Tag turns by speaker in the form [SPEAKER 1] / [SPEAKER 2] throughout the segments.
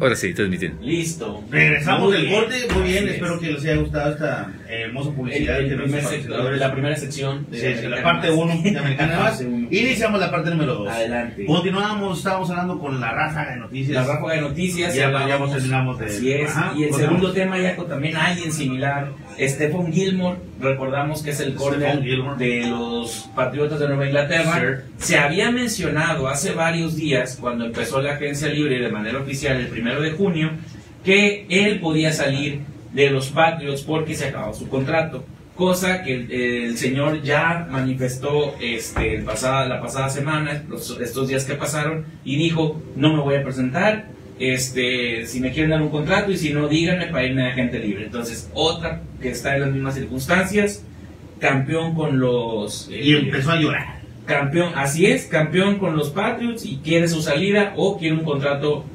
[SPEAKER 1] Ahora sí, transmitiendo.
[SPEAKER 2] Listo.
[SPEAKER 3] Regresamos
[SPEAKER 2] Muy
[SPEAKER 3] del
[SPEAKER 2] bien.
[SPEAKER 3] corte, muy bien,
[SPEAKER 2] Así
[SPEAKER 3] espero
[SPEAKER 2] es.
[SPEAKER 3] que les haya gustado esta hermosa
[SPEAKER 2] El-
[SPEAKER 3] publicidad.
[SPEAKER 2] el
[SPEAKER 3] que nos
[SPEAKER 2] primer
[SPEAKER 3] hizo
[SPEAKER 2] sector,
[SPEAKER 3] patrocinadores.
[SPEAKER 2] la primera sección de
[SPEAKER 3] Sí, sí, la
[SPEAKER 2] Americanas.
[SPEAKER 3] parte 1 de Americana Más.
[SPEAKER 2] Parte uno.
[SPEAKER 3] Iniciamos la parte número 2.
[SPEAKER 2] Adelante.
[SPEAKER 3] Continuamos, estábamos hablando con la ráfaga de noticias.
[SPEAKER 2] La ráfaga de noticias.
[SPEAKER 3] Ya, ya
[SPEAKER 2] hablábamos-
[SPEAKER 3] terminamos de
[SPEAKER 2] Así es. y
[SPEAKER 3] Ajá,
[SPEAKER 2] el
[SPEAKER 3] continuamos.
[SPEAKER 2] segundo tema, ya con también alguien similar. Stephen Gilmore, recordamos que es el
[SPEAKER 3] Stephon
[SPEAKER 2] corner
[SPEAKER 3] Gilmore.
[SPEAKER 2] de los Patriotas de Nueva Inglaterra. Se había mencionado hace varios días, cuando empezó la agencia libre de manera oficial el primero de junio, que él podía salir de los Patriots porque se acabó su contrato. Cosa que el, el señor ya manifestó este, el pasada, la pasada semana, los- estos días que pasaron, y dijo, no me voy a presentar, este, si me quieren dar un contrato y si no, díganme para irme de agente libre. Entonces, otra que está en las mismas circunstancias, campeón con los...
[SPEAKER 3] Y
[SPEAKER 2] eh,
[SPEAKER 3] empezó a llorar.
[SPEAKER 2] campeón, así es, campeón con los Patriots y quiere su salida o quiere un contrato,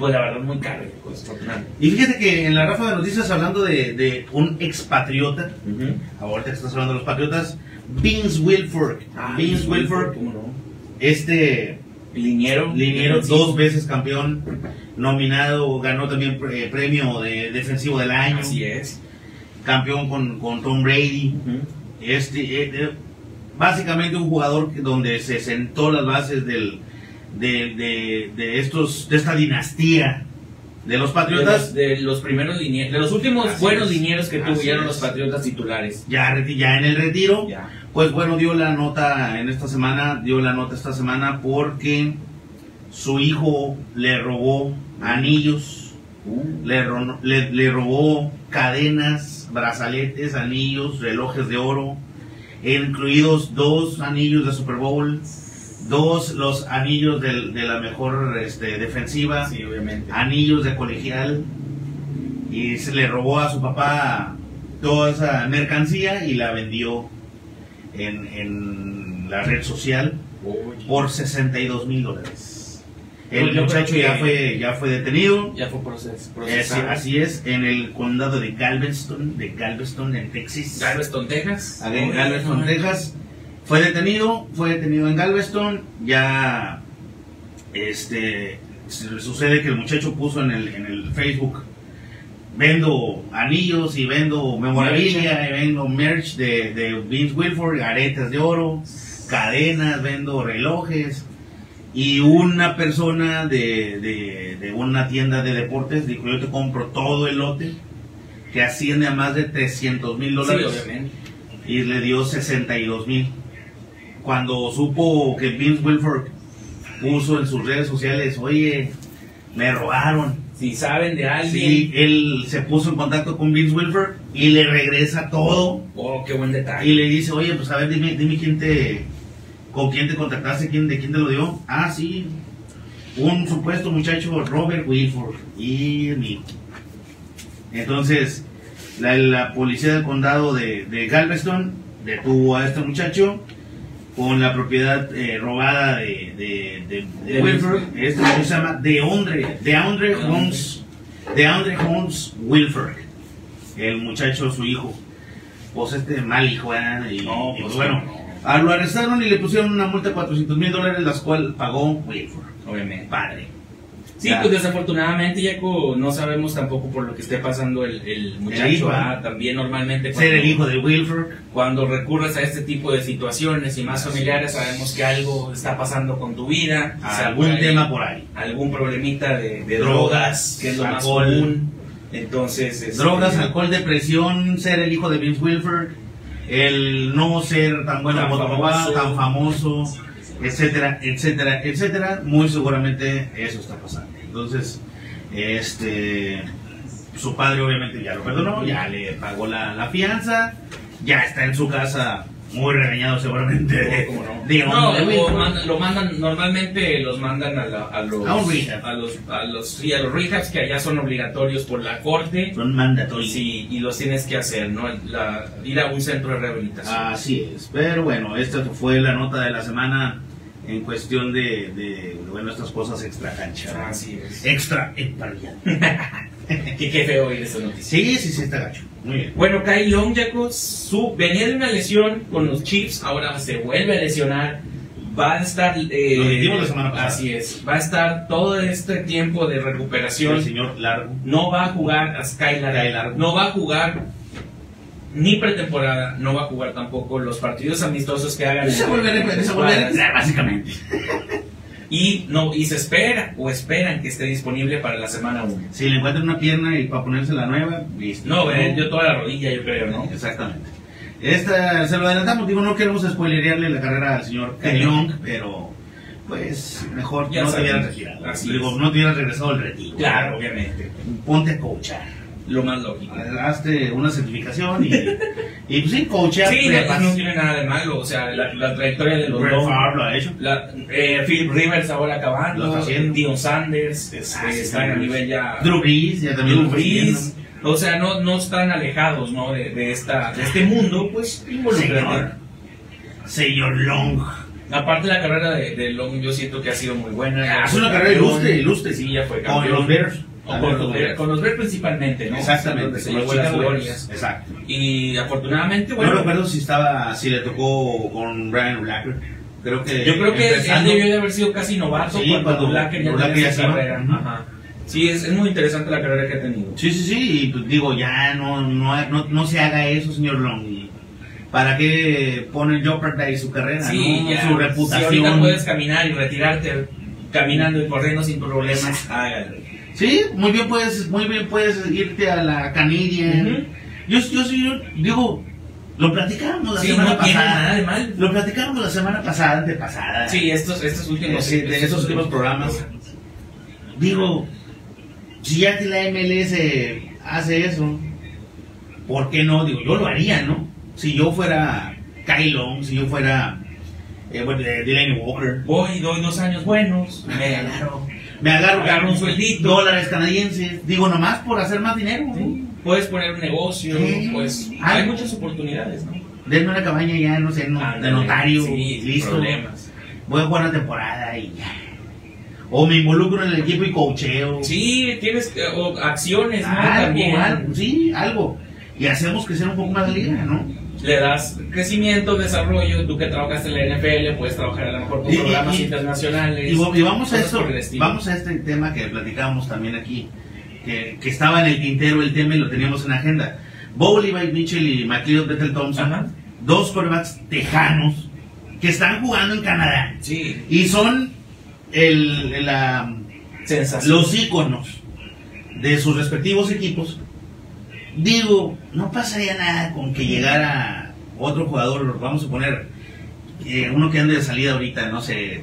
[SPEAKER 2] pues la verdad, muy caro, pues, afortunadamente.
[SPEAKER 3] Y fíjate que en la ráfaga de noticias, hablando de, de un expatriota, ahorita que estás hablando de los patriotas, Vince Wilfork.
[SPEAKER 2] Ah,
[SPEAKER 3] Vince Wilfork,
[SPEAKER 2] ¿cómo no?
[SPEAKER 3] este
[SPEAKER 2] Liniero.
[SPEAKER 3] liniero,
[SPEAKER 2] defensivo.
[SPEAKER 3] dos veces campeón, nominado, ganó también eh, premio de defensivo del año,
[SPEAKER 2] Así es.
[SPEAKER 3] campeón con, con Tom Brady. Este, eh, eh, básicamente un jugador que- donde se sentó las bases del, de, de- de estos, de esta dinastía de los
[SPEAKER 2] De los,
[SPEAKER 3] Patriotas,
[SPEAKER 2] de los primeros linieros, de los últimos
[SPEAKER 3] Así
[SPEAKER 2] buenos
[SPEAKER 3] es.
[SPEAKER 2] linieros que
[SPEAKER 3] Así
[SPEAKER 2] tuvieron los
[SPEAKER 3] es.
[SPEAKER 2] Patriotas titulares.
[SPEAKER 3] ya, reti- ya en el retiro.
[SPEAKER 2] Ya.
[SPEAKER 3] Pues bueno, dio la nota en esta semana, dio la nota esta semana porque su hijo le robó anillos, le, ro- le- le robó cadenas, brazaletes, anillos, relojes de oro, incluidos dos anillos de Super Bowl, dos los anillos del- de, la mejor este, defensiva,
[SPEAKER 2] Sí, obviamente.
[SPEAKER 3] anillos de colegial, y se le robó a su papá toda esa mercancía y la vendió en, en la red social por 62 mil dólares.
[SPEAKER 2] Pues
[SPEAKER 3] El
[SPEAKER 2] yo
[SPEAKER 3] muchacho
[SPEAKER 2] creo que-
[SPEAKER 3] ya fue, ya fue detenido.
[SPEAKER 2] Ya ah, fue proces-
[SPEAKER 3] Así,
[SPEAKER 2] procesado.
[SPEAKER 3] así es, en el condado de Galveston, de Galveston, en Texas.
[SPEAKER 2] Galveston, Texas.
[SPEAKER 3] Acá en Galveston, Texas. Fue detenido, fue detenido en Galveston. Ya, este, su- sucede que el muchacho puso en el, en el Facebook, vendo anillos y vendo memorabilia, y vendo merch de, de Vince Wilford, aretes de oro, cadenas, vendo relojes. Y una persona de, de, de una tienda de deportes dijo, yo te compro todo el lote, que asciende a más de 300 mil
[SPEAKER 2] Sí,
[SPEAKER 3] dólares
[SPEAKER 2] obviamente.
[SPEAKER 3] y le dio 62 mil. Cuando supo que Vince Wilfork puso en sus redes sociales, oye, me robaron.
[SPEAKER 2] Si saben de alguien.
[SPEAKER 3] Sí, él se puso en contacto con Vince Wilfork y le regresa todo
[SPEAKER 2] Oh, qué buen detalle.
[SPEAKER 3] y le dice, oye, pues a ver, dime, dime quién te, con quién te contactaste, quién, de quién te lo dio. Ah, sí, un supuesto muchacho, Robert Wilford. Y mi. Entonces, la, la policía del condado de, de Galveston detuvo a este muchacho con la propiedad eh, robada de, de, de, de
[SPEAKER 2] De
[SPEAKER 3] Wilford.
[SPEAKER 2] Wilford.
[SPEAKER 3] Este muchacho se llama DeAndre, DeAndre Holmes, DeAndre Holmes Wilford. El muchacho, su hijo. Pues este mal hijo, ¿eh? y,
[SPEAKER 2] No,
[SPEAKER 3] y
[SPEAKER 2] pues
[SPEAKER 3] bueno.
[SPEAKER 2] no.
[SPEAKER 3] Ah, lo arrestaron y le pusieron una multa de 400 mil dólares, las cual pagó Wilford.
[SPEAKER 2] Obviamente.
[SPEAKER 3] Padre.
[SPEAKER 2] Sí,
[SPEAKER 3] Ya.
[SPEAKER 2] pues desafortunadamente, Yaco, no sabemos tampoco por lo que esté pasando el, el muchacho.
[SPEAKER 3] El hijo,
[SPEAKER 2] ah, También normalmente
[SPEAKER 3] Ser el hijo de Wilford.
[SPEAKER 2] cuando recurres a este tipo de situaciones y más familiares, sabemos que algo está pasando con tu vida. quizá por
[SPEAKER 3] Algún
[SPEAKER 2] ahí,
[SPEAKER 3] tema por ahí.
[SPEAKER 2] Algún problemita de, de Ah, drogas,
[SPEAKER 3] Drogas,
[SPEAKER 2] que es lo
[SPEAKER 3] alcohol.
[SPEAKER 2] más común. Entonces, este,
[SPEAKER 3] Drogas, alcohol, depresión, ser el hijo de Vince Wilford, el no ser tan bueno
[SPEAKER 2] Tan
[SPEAKER 3] como tu papá,
[SPEAKER 2] famoso.
[SPEAKER 3] tan famoso, etcétera, etcétera, etcétera. Muy seguramente eso está pasando. Entonces, este, su padre obviamente ya lo perdonó, ya le pagó la, la fianza, ya está en su casa muy regañado seguramente de,
[SPEAKER 2] ¿Cómo no?
[SPEAKER 3] de
[SPEAKER 2] No,
[SPEAKER 3] hombre
[SPEAKER 2] o
[SPEAKER 3] Wilford.
[SPEAKER 2] mandan- lo mandan, normalmente los mandan a, la- a los,
[SPEAKER 3] A un rehab.
[SPEAKER 2] a los, a los, sí, a los rehabs que allá son obligatorios por la corte
[SPEAKER 3] Son mandatorios.
[SPEAKER 2] sí, y los tienes que hacer, ¿no? La- ir a un centro de rehabilitación.
[SPEAKER 3] Así es, pero bueno, esta fue la nota de la semana en cuestión de, de, bueno, estas cosas extra cancha.
[SPEAKER 2] Así es.
[SPEAKER 3] Extra emparrillada. Eh,
[SPEAKER 2] Qué, qué feo oír esa noticia.
[SPEAKER 3] Sí, sí, sí, está gacho. Muy bien.
[SPEAKER 2] Bueno, Kyle Long, Jaco, su, venía de una lesión con los Chiefs, ahora se vuelve a lesionar. va a estar. eh,
[SPEAKER 3] Lo dijimos la semana pasada.
[SPEAKER 2] Así es. Va a estar todo este tiempo de
[SPEAKER 3] El
[SPEAKER 2] recuperación.
[SPEAKER 3] señor Largo.
[SPEAKER 2] No va a jugar a Skylar.
[SPEAKER 3] Skylar.
[SPEAKER 2] No va a jugar ni pretemporada. No va a jugar tampoco los partidos amistosos que hagan.
[SPEAKER 3] Se
[SPEAKER 2] entre-
[SPEAKER 3] vuelve
[SPEAKER 2] entre
[SPEAKER 3] se vuelve
[SPEAKER 2] escuadras.
[SPEAKER 3] básicamente.
[SPEAKER 2] Y, no, y se espera o esperan que esté disponible para la semana 1.
[SPEAKER 3] Si le encuentran una pierna y para ponerse la nueva, listo.
[SPEAKER 2] No, eh, yo toda la rodilla, yo creo, ¿no?
[SPEAKER 3] Exactamente. Esta se lo adelantamos, digo, no queremos spoilerearle la carrera al señor Cañón, pero pues mejor
[SPEAKER 2] Ya
[SPEAKER 3] no te
[SPEAKER 2] sabemos.
[SPEAKER 3] hubieras retirado.
[SPEAKER 2] Así
[SPEAKER 3] digo,
[SPEAKER 2] es.
[SPEAKER 3] no te hubieras regresado al retiro.
[SPEAKER 2] Claro, obviamente.
[SPEAKER 3] Ponte a coachar.
[SPEAKER 2] Lo más lógico.
[SPEAKER 3] Hazte una certificación y, y pues sí, coachear.
[SPEAKER 2] Sí, no,
[SPEAKER 3] prepas.
[SPEAKER 2] no tiene nada de malo. O sea, la, la trayectoria de los
[SPEAKER 3] Brett
[SPEAKER 2] dos.
[SPEAKER 3] Favre lo ha hecho. pues,
[SPEAKER 2] La, eh, Philip Rivers ahora
[SPEAKER 3] Lo
[SPEAKER 2] acabando,
[SPEAKER 3] está haciendo. ah,
[SPEAKER 2] Dion Sanders
[SPEAKER 3] Exacto.
[SPEAKER 2] eh, están a nivel ya.
[SPEAKER 3] Drew Brees, ya también
[SPEAKER 2] Drew
[SPEAKER 3] lo está haciendo.
[SPEAKER 2] Brees, o sea, no, no están alejados ¿no? De, de esta, de este mundo, pues
[SPEAKER 3] Señor,
[SPEAKER 2] involucrante.
[SPEAKER 3] señor Long.
[SPEAKER 2] Aparte, la carrera de, de Long, yo siento que ha sido muy buena.
[SPEAKER 3] Hace Ah, una carrera ilustre, ilustre.
[SPEAKER 2] Sí, ya fue
[SPEAKER 3] Con
[SPEAKER 2] campeón.
[SPEAKER 3] los Bears.
[SPEAKER 2] O con los Bears, con los Bears principalmente, ¿no? Donde
[SPEAKER 3] Exactamente,
[SPEAKER 2] se
[SPEAKER 3] con
[SPEAKER 2] llevó
[SPEAKER 3] los
[SPEAKER 2] las
[SPEAKER 3] Chicago Bears.
[SPEAKER 2] glorias.
[SPEAKER 3] Exacto.
[SPEAKER 2] Y afortunadamente, bueno,
[SPEAKER 3] No recuerdo si estaba, si le tocó con Brian Blacker. Creo que.
[SPEAKER 2] Yo creo que él
[SPEAKER 3] empezando-
[SPEAKER 2] debió de haber sido casi novato
[SPEAKER 3] Sí,
[SPEAKER 2] cuando
[SPEAKER 3] cuando
[SPEAKER 2] Blacker ya
[SPEAKER 3] Blacker
[SPEAKER 2] tenía
[SPEAKER 3] ya
[SPEAKER 2] esa
[SPEAKER 3] estaba.
[SPEAKER 2] carrera.
[SPEAKER 3] Ujú.
[SPEAKER 2] Ajá. Sí, es, es muy interesante la carrera que ha tenido.
[SPEAKER 3] Sí, sí, sí. Y pues, digo, ya no, no, no, no se haga eso, señor Long. Y ¿Para qué pone el Jeopardy su carrera?
[SPEAKER 2] Sí,
[SPEAKER 3] Ah, no?
[SPEAKER 2] ya.
[SPEAKER 3] Su
[SPEAKER 2] Si
[SPEAKER 3] reputación.
[SPEAKER 2] ahorita puedes caminar y retirarte caminando y corriendo sin problemas, hágalo.
[SPEAKER 3] Sí, muy bien puedes, muy bien puedes irte a la Canadian.
[SPEAKER 2] Ujú.
[SPEAKER 3] yo, yo, sí, yo digo, lo platicábamos la
[SPEAKER 2] Sí,
[SPEAKER 3] semana
[SPEAKER 2] no tiene nada
[SPEAKER 3] pasada.
[SPEAKER 2] de mal.
[SPEAKER 3] Lo platicábamos la semana pasada, antepasada.
[SPEAKER 2] Sí, estos, estos últimos.
[SPEAKER 3] Sí, de esos últimos programas. Digo, si ya que la MLS hace eso, ¿por qué no? Digo, yo lo haría, ¿no? Si yo fuera Kyle Long, si yo fuera eh, bueno, eh, Delaney Walker,
[SPEAKER 2] Voy, doy dos años buenos, me agarro.
[SPEAKER 3] me agarro,
[SPEAKER 2] Agarro un sueldito.
[SPEAKER 3] dólares canadienses, digo, nomás por hacer más dinero, ¿no?
[SPEAKER 2] Puedes poner un negocio,
[SPEAKER 3] Sí.
[SPEAKER 2] pues
[SPEAKER 3] Ah.
[SPEAKER 2] hay muchas oportunidades, ¿no?
[SPEAKER 3] Denme una cabaña ya, no sé, no- de notario,
[SPEAKER 2] Sí, sin
[SPEAKER 3] listo.
[SPEAKER 2] Problemas.
[SPEAKER 3] Voy a jugar una temporada y ya. O me involucro en el equipo y coacheo.
[SPEAKER 2] Sí, tienes eh, o acciones, ¿no?
[SPEAKER 3] algo,
[SPEAKER 2] También.
[SPEAKER 3] algo, sí, algo. Y hacemos que sea un poco más la liga, ¿no?
[SPEAKER 2] le das crecimiento, desarrollo, tú que trabajas en la NFL, puedes trabajar a lo mejor con
[SPEAKER 3] Y- y-
[SPEAKER 2] programas
[SPEAKER 3] y-
[SPEAKER 2] internacionales.
[SPEAKER 3] Y, vo- y vamos a
[SPEAKER 2] cosas
[SPEAKER 3] esto,
[SPEAKER 2] por el estilo.
[SPEAKER 3] vamos a este tema que platicamos también aquí, que, que estaba en el tintero el tema y lo teníamos en la agenda. Bowley, Mike Mitchell y McLeod Bethel Thompson,
[SPEAKER 2] Ajá.
[SPEAKER 3] dos quarterbacks tejanos que están jugando en Canadá
[SPEAKER 2] Sí,
[SPEAKER 3] y son el, el, la-
[SPEAKER 2] sensación.
[SPEAKER 3] los íconos de sus respectivos equipos. Digo, no pasaría nada con que llegara otro jugador, vamos a poner eh, uno que ande de salida ahorita, no sé,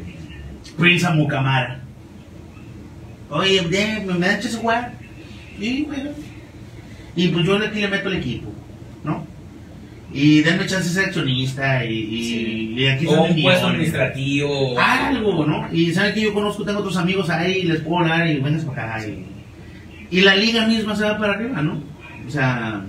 [SPEAKER 3] Prince Mucamara. Oye, de- me me da chance de jugar. Y bueno, y pues yo aquí le meto el equipo, ¿no? Y denme chance de ser accionista y, y-
[SPEAKER 2] Sí.
[SPEAKER 3] y aquí
[SPEAKER 2] o
[SPEAKER 3] son
[SPEAKER 2] un puesto
[SPEAKER 3] millones.
[SPEAKER 2] administrativo.
[SPEAKER 3] Algo, ¿no? Y saben que yo conozco, tengo otros amigos ahí, les puedo hablar y vengas para acá. Y, y la liga misma se va para arriba, ¿no? O sea,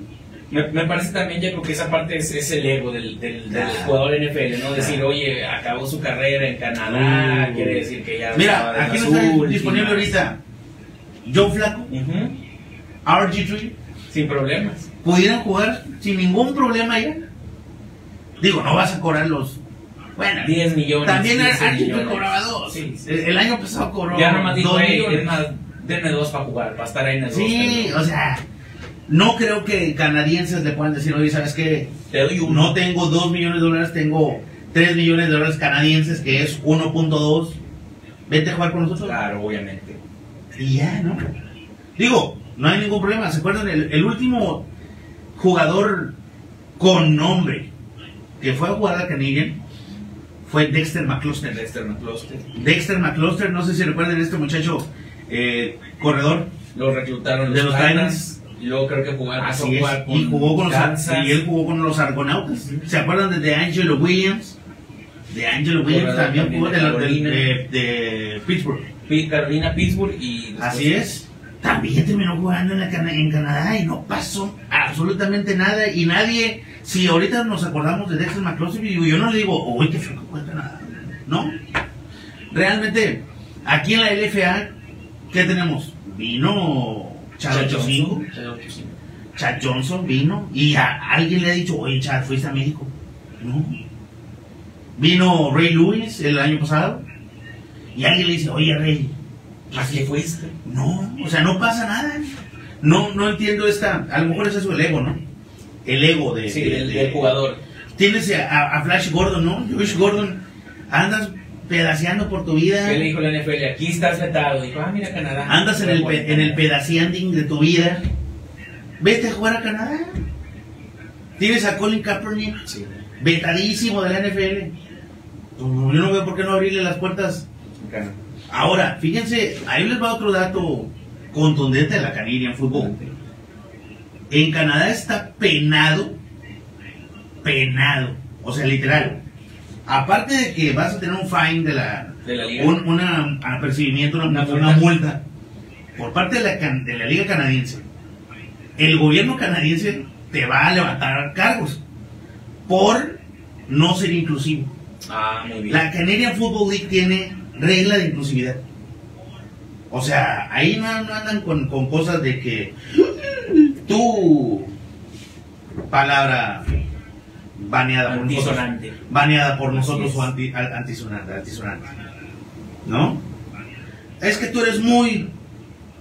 [SPEAKER 2] Me, me parece también, yo creo que esa parte es, es el ego del, del, del
[SPEAKER 3] Claro.
[SPEAKER 2] jugador NFL, ¿no? Decir,
[SPEAKER 3] Claro.
[SPEAKER 2] oye, acabó su carrera en Canadá,
[SPEAKER 3] Mm.
[SPEAKER 2] Ah, quiere decir que ya. estaba de
[SPEAKER 3] mira, aquí
[SPEAKER 2] las
[SPEAKER 3] no está
[SPEAKER 2] últimas.
[SPEAKER 3] disponible ahorita John Flaco,
[SPEAKER 2] Ujú,
[SPEAKER 3] RG3,
[SPEAKER 2] Sin problemas.
[SPEAKER 3] pudieran jugar sin ningún problema ya. Digo, no vas a cobrar los. Bueno,
[SPEAKER 2] 10 millones.
[SPEAKER 3] también Eh,
[SPEAKER 2] 15
[SPEAKER 3] RG3
[SPEAKER 2] millones.
[SPEAKER 3] cobraba dos.
[SPEAKER 2] Sí, sí.
[SPEAKER 3] El, el año pasado cobró
[SPEAKER 2] Ya nomás dijo,
[SPEAKER 3] dos
[SPEAKER 2] "Ey,
[SPEAKER 3] millones".
[SPEAKER 2] es más, denme dos para jugar, para estar ahí en el
[SPEAKER 3] Sí,
[SPEAKER 2] roster, ¿no?
[SPEAKER 3] o sea, no creo que canadienses le puedan decir, oye, ¿sabes qué?
[SPEAKER 2] Te doy uno.
[SPEAKER 3] No tengo 2 millones de dólares, tengo 3 millones de dólares canadienses, que es 1.2. Vete a jugar con nosotros.
[SPEAKER 2] Claro, obviamente.
[SPEAKER 3] Y ya, ¿no? Digo, no hay ningún problema. ¿Se acuerdan? El, el último jugador con nombre que fue a jugar a Canadian fue Dexter
[SPEAKER 2] El
[SPEAKER 3] McCluster.
[SPEAKER 2] Lester McCluster.
[SPEAKER 3] Dexter McCluster, no sé si recuerdan este muchacho eh, corredor.
[SPEAKER 2] Lo reclutaron
[SPEAKER 3] De
[SPEAKER 2] los
[SPEAKER 3] los
[SPEAKER 2] Titans. Y luego creo que jugaron pasó a
[SPEAKER 3] Así es.
[SPEAKER 2] jugar
[SPEAKER 3] Y jugó con los,
[SPEAKER 2] Kansas.
[SPEAKER 3] y él jugó con los Argonautas.
[SPEAKER 2] Ujú.
[SPEAKER 3] ¿Se acuerdan de, de Angelo Williams? De Angelo Williams
[SPEAKER 2] Corredor
[SPEAKER 3] también
[SPEAKER 2] también
[SPEAKER 3] jugó
[SPEAKER 2] de
[SPEAKER 3] de, la- de-
[SPEAKER 2] Carolina.
[SPEAKER 3] de- de Pittsburgh.
[SPEAKER 2] Pi- Carolina Pittsburgh y. después-
[SPEAKER 3] Así es. También terminó jugando en, la Cana- en Canadá y no pasó absolutamente nada. Y nadie, si ahorita nos acordamos de Dexter McCloskey, digo, yo no le digo, uy, qué feo que juega en Canadá. No. Realmente, aquí en la LFA, ¿qué tenemos? Vino
[SPEAKER 2] Chad
[SPEAKER 3] Chacho 5.
[SPEAKER 2] Johnson. Chad Johnson.
[SPEAKER 3] Chad Johnson vino y a alguien le ha dicho, oye Chad, fuiste a México. No. Vino Rey Lewis el año pasado y alguien le dice, oye Rey,
[SPEAKER 2] ¿A qué fuiste?
[SPEAKER 3] no, o sea, no pasa nada. No, no entiendo esta, a lo mejor es eso el ego, ¿no? El ego de...
[SPEAKER 2] Sí,
[SPEAKER 3] de-
[SPEAKER 2] del,
[SPEAKER 3] de-
[SPEAKER 2] del jugador.
[SPEAKER 3] Tienes a, a Flash Gordon, ¿no? Josh Gordon, andas pedaceando por tu vida.
[SPEAKER 2] ¿Qué le dijo la NFL? Aquí estás vetado. Dijo, ah, mira Canadá.
[SPEAKER 3] Andas en el, pe- en el pedaceanding de tu vida. Vete a jugar a Canadá. Tienes a Colin Kaepernick
[SPEAKER 2] Sí.
[SPEAKER 3] vetadísimo de la NFL. Pues, Yo no veo por qué no abrirle las puertas.
[SPEAKER 2] en Canadá.
[SPEAKER 3] Ahora, fíjense, ahí les va otro dato contundente de la Canadian Football. En Canadá está penado, penado, o sea, literal. Aparte de que vas a tener un fine de la,
[SPEAKER 2] De la liga.
[SPEAKER 3] un, una- apercibimiento, una,
[SPEAKER 2] Una
[SPEAKER 3] una
[SPEAKER 2] multa.
[SPEAKER 3] multa por parte de la, can- de la Liga Canadiense. El gobierno canadiense te va a levantar cargos por no ser inclusivo.
[SPEAKER 2] Ah, muy bien.
[SPEAKER 3] La Canadian Football League tiene regla de inclusividad. O sea, ahí no, no andan con, con cosas de que tú, palabra baneada por nosotros,
[SPEAKER 2] Antisonante.
[SPEAKER 3] baneada por nosotros
[SPEAKER 2] Así
[SPEAKER 3] o
[SPEAKER 2] es.
[SPEAKER 3] anti, al- antisonante, antisonante. ¿No? Es que tú eres muy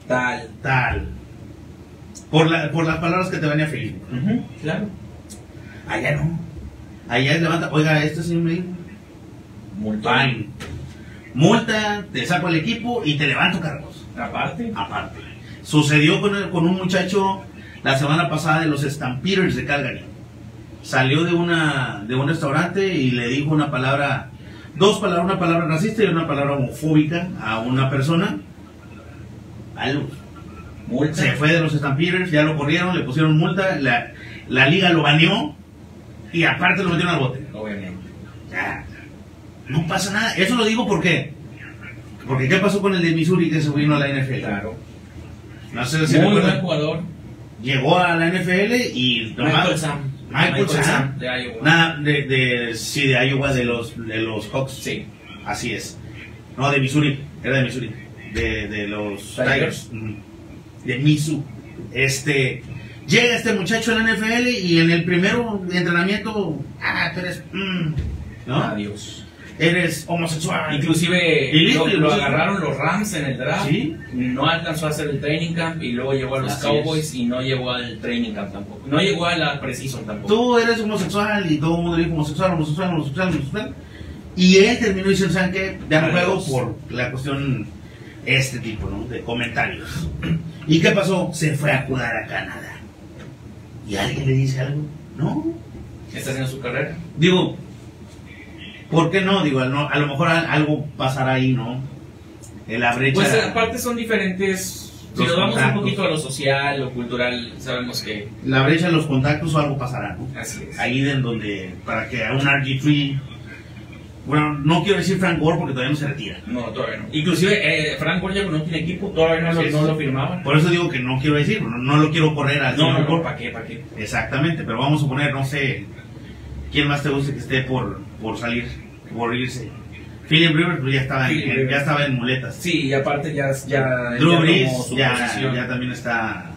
[SPEAKER 2] Tal.
[SPEAKER 3] tal. Por, la- por las palabras que te venía Facebook.
[SPEAKER 2] Ujú, claro.
[SPEAKER 3] Allá no. Allá es levanta, oiga, este señor me dijo,
[SPEAKER 2] Multón.
[SPEAKER 3] Fine. Multa, te saco el equipo y te levanto cargos.
[SPEAKER 2] Aparte.
[SPEAKER 3] Aparte. Sucedió con, el- con un muchacho la semana pasada de los Stampeders de Calgary. Salió de, una, de un restaurante y le dijo una palabra, dos palabras, una palabra racista y una palabra homofóbica a una persona. Algo.
[SPEAKER 2] Multa.
[SPEAKER 3] Se fue de los Stampeders, ya lo corrieron, le pusieron multa, la, la liga lo baneó y aparte lo metieron al bote.
[SPEAKER 2] Obviamente.
[SPEAKER 3] Ya, No pasa nada. Eso lo digo porque. Porque ¿qué pasó con el de Missouri que se vino a la NFL?
[SPEAKER 2] Claro.
[SPEAKER 3] No sé si
[SPEAKER 2] Muy buen
[SPEAKER 3] recuerdan.
[SPEAKER 2] jugador.
[SPEAKER 3] Llegó a la NFL y
[SPEAKER 2] Michael
[SPEAKER 3] nomás-
[SPEAKER 2] Sam.
[SPEAKER 3] Michael Sam.
[SPEAKER 2] de Iowa.
[SPEAKER 3] nada de, de sí de Iowa de los de los Hawks.
[SPEAKER 2] Sí.
[SPEAKER 3] Así es. No, de Missouri, era de Missouri. De, de los
[SPEAKER 2] Tigers.
[SPEAKER 3] Tigers. Ujú. De Misu. Este. Llega este muchacho a la NFL y en el primer entrenamiento. Ah, tú eres. mm, ¿No?
[SPEAKER 2] Adiós.
[SPEAKER 3] Eres homosexual.
[SPEAKER 2] Inclusive
[SPEAKER 3] Y listo,
[SPEAKER 2] lo, lo
[SPEAKER 3] inclusive.
[SPEAKER 2] agarraron los Rams en el draft.
[SPEAKER 3] Sí.
[SPEAKER 2] No alcanzó a hacer el training camp y luego llegó a los
[SPEAKER 3] Así
[SPEAKER 2] Cowboys y no llegó al training camp tampoco. No llegó a la Precision tampoco.
[SPEAKER 3] tú eres homosexual y todo el mundo le dijo homosexual, homosexual, homosexual, homosexual. Y él terminó diciendo, ¿saben qué? Ya no juego por la cuestión, este tipo, ¿no? De comentarios. ¿Y qué pasó? Se fue a jugar a Canadá. ¿Y alguien le dice algo? No.
[SPEAKER 2] Está haciendo su carrera.
[SPEAKER 3] Digo, ¿por qué no? Digo, a lo a lo mejor a- algo pasará ahí, ¿no? En la brecha.
[SPEAKER 2] Pues aparte son diferentes. Si
[SPEAKER 3] Los
[SPEAKER 2] nos vamos un
[SPEAKER 3] contratos.
[SPEAKER 2] poquito a lo social, lo cultural, sabemos que
[SPEAKER 3] La brecha de los contactos o algo pasará, ¿no?
[SPEAKER 2] así es.
[SPEAKER 3] ahí de en donde para que a un RG3 bueno no quiero decir Frank Gore porque todavía no se retira
[SPEAKER 2] No, todavía no. Inclusive eh, Frank Borja no tiene equipo, todavía no,
[SPEAKER 3] Así
[SPEAKER 2] lo,
[SPEAKER 3] es.
[SPEAKER 2] no lo firmaban.
[SPEAKER 3] por eso digo que no quiero decir no, no lo quiero correr al
[SPEAKER 2] No,
[SPEAKER 3] señor
[SPEAKER 2] no, no,
[SPEAKER 3] Gore.
[SPEAKER 2] ¿para qué? ¿Para qué?
[SPEAKER 3] exactamente pero vamos a poner no sé quién más te guste que esté por por salir por irse Philip Rivers pues ya estaba en,
[SPEAKER 2] Philip
[SPEAKER 3] en-
[SPEAKER 2] Rivers.
[SPEAKER 3] ya estaba en muletas
[SPEAKER 2] Sí, y aparte ya, ya,
[SPEAKER 3] Drew
[SPEAKER 2] ya
[SPEAKER 3] Brees
[SPEAKER 2] tomó su
[SPEAKER 3] ya,
[SPEAKER 2] posición.
[SPEAKER 3] ya también está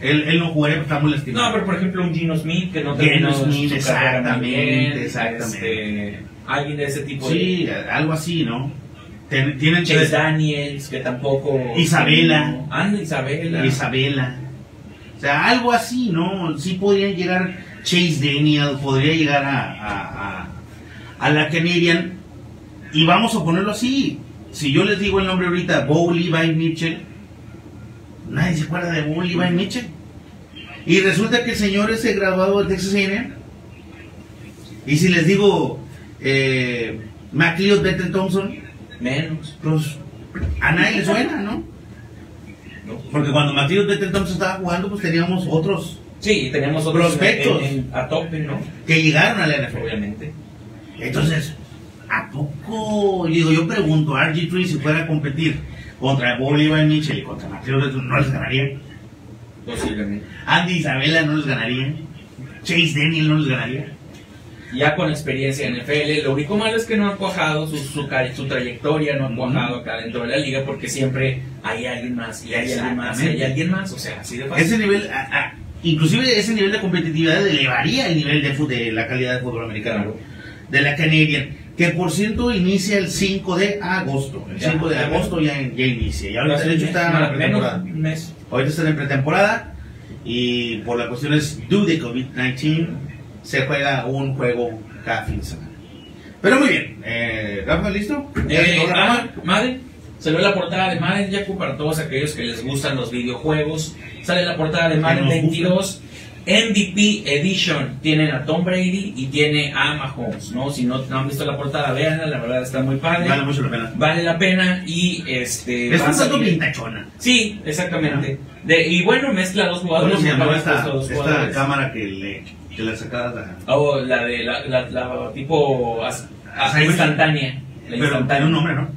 [SPEAKER 3] él, él no jugaría porque está muy
[SPEAKER 2] No,
[SPEAKER 3] lastimado
[SPEAKER 2] pero por ejemplo un Gino Smith que no
[SPEAKER 3] Geno
[SPEAKER 2] terminó
[SPEAKER 3] Smith,
[SPEAKER 2] su carrera muy bien,
[SPEAKER 3] exactamente, exactamente.
[SPEAKER 2] este, alguien de ese tipo.
[SPEAKER 3] sí algo así no Ten- tienen
[SPEAKER 2] de- Chase Daniels, que tampoco...
[SPEAKER 3] Isabela.
[SPEAKER 2] Anda, Isabela.
[SPEAKER 3] Isabela. O sea, algo así, ¿no? Sí podrían llegar Chase Daniel, podría llegar a, a, a- a la Canadian. Y vamos a ponerlo así. Si yo les digo el nombre ahorita, Bo Levi Mitchell, nadie se acuerda de Bo Levi Mitchell. Y resulta que el señor es el graduado de Texas A&M. Y si les digo eh, McLeod Benton Thompson,
[SPEAKER 2] Menos.
[SPEAKER 3] pues a nadie le suena, ¿no?
[SPEAKER 2] ¿no?
[SPEAKER 3] Porque cuando Matías Betel Thompson estaba jugando, pues teníamos otros
[SPEAKER 2] Sí, tenemos otros
[SPEAKER 3] Prospectos.
[SPEAKER 2] en- en- a tope, ¿no?
[SPEAKER 3] que llegaron a la NFL.
[SPEAKER 2] Obviamente.
[SPEAKER 3] Entonces, ¿a poco? Digo, yo pregunto, RG3 si fuera a competir contra Bolívar Mitchell y contra Matías Betel, no les ganaría.
[SPEAKER 2] Posiblemente.
[SPEAKER 3] Andy Isabella no les ganaría. Chase Daniel no les ganaría.
[SPEAKER 2] Ya con experiencia en NFL, lo único malo es que no han cuajado su, su, ca- su trayectoria, no han cuajado acá dentro de la liga, porque siempre hay alguien más, y hay alguien más, y hay
[SPEAKER 3] Exactamente.
[SPEAKER 2] alguien más, o sea, así de fácil.
[SPEAKER 3] Ese nivel, a- a- inclusive ese nivel de competitividad elevaría el nivel de, fut- de la calidad de fútbol americano, de la Canadian. que por cierto inicia el 5 de agosto. El
[SPEAKER 2] Ya,
[SPEAKER 3] 5 de
[SPEAKER 2] ya
[SPEAKER 3] agosto ya, ya inicia. Y ahorita,
[SPEAKER 2] Hace
[SPEAKER 3] de hecho,
[SPEAKER 2] un mes,
[SPEAKER 3] está en
[SPEAKER 2] nada
[SPEAKER 3] la
[SPEAKER 2] menos
[SPEAKER 3] pretemporada.
[SPEAKER 2] un mes.
[SPEAKER 3] Ahorita está en pretemporada y por las cuestiones due de COVID-19 se juega un juego cada fin de semana. Pero muy bien, eh, Rafa, ¿listo? ¿Ya
[SPEAKER 2] Eh,
[SPEAKER 3] listo, Rafa?
[SPEAKER 2] ah, Madden, salió la portada de Madden Yaku para todos aquellos que les gustan los videojuegos. Sale la portada de Madden
[SPEAKER 3] nos
[SPEAKER 2] 22. MVP Edition tienen a Tom Brady y tiene a Mahomes, ¿no? Si no, no han visto la portada, véanla, la verdad está muy padre.
[SPEAKER 3] Vale mucho la pena.
[SPEAKER 2] Vale la pena y este...
[SPEAKER 3] Es
[SPEAKER 2] va a
[SPEAKER 3] un tanto
[SPEAKER 2] salir-
[SPEAKER 3] pintachona.
[SPEAKER 2] Sí, exactamente. De- y bueno, mezcla dos jugadores.
[SPEAKER 3] ¿Cómo se llamaba
[SPEAKER 2] para
[SPEAKER 3] esta,
[SPEAKER 2] estos dos
[SPEAKER 3] esta
[SPEAKER 2] jugadores.
[SPEAKER 3] cámara que le, que le sacabas a...
[SPEAKER 2] Oh, la de la, la, la tipo as- a-
[SPEAKER 3] Sandwich.
[SPEAKER 2] instantánea. La
[SPEAKER 3] Ah, Pero
[SPEAKER 2] instantánea.
[SPEAKER 3] tenía un nombre, ¿no?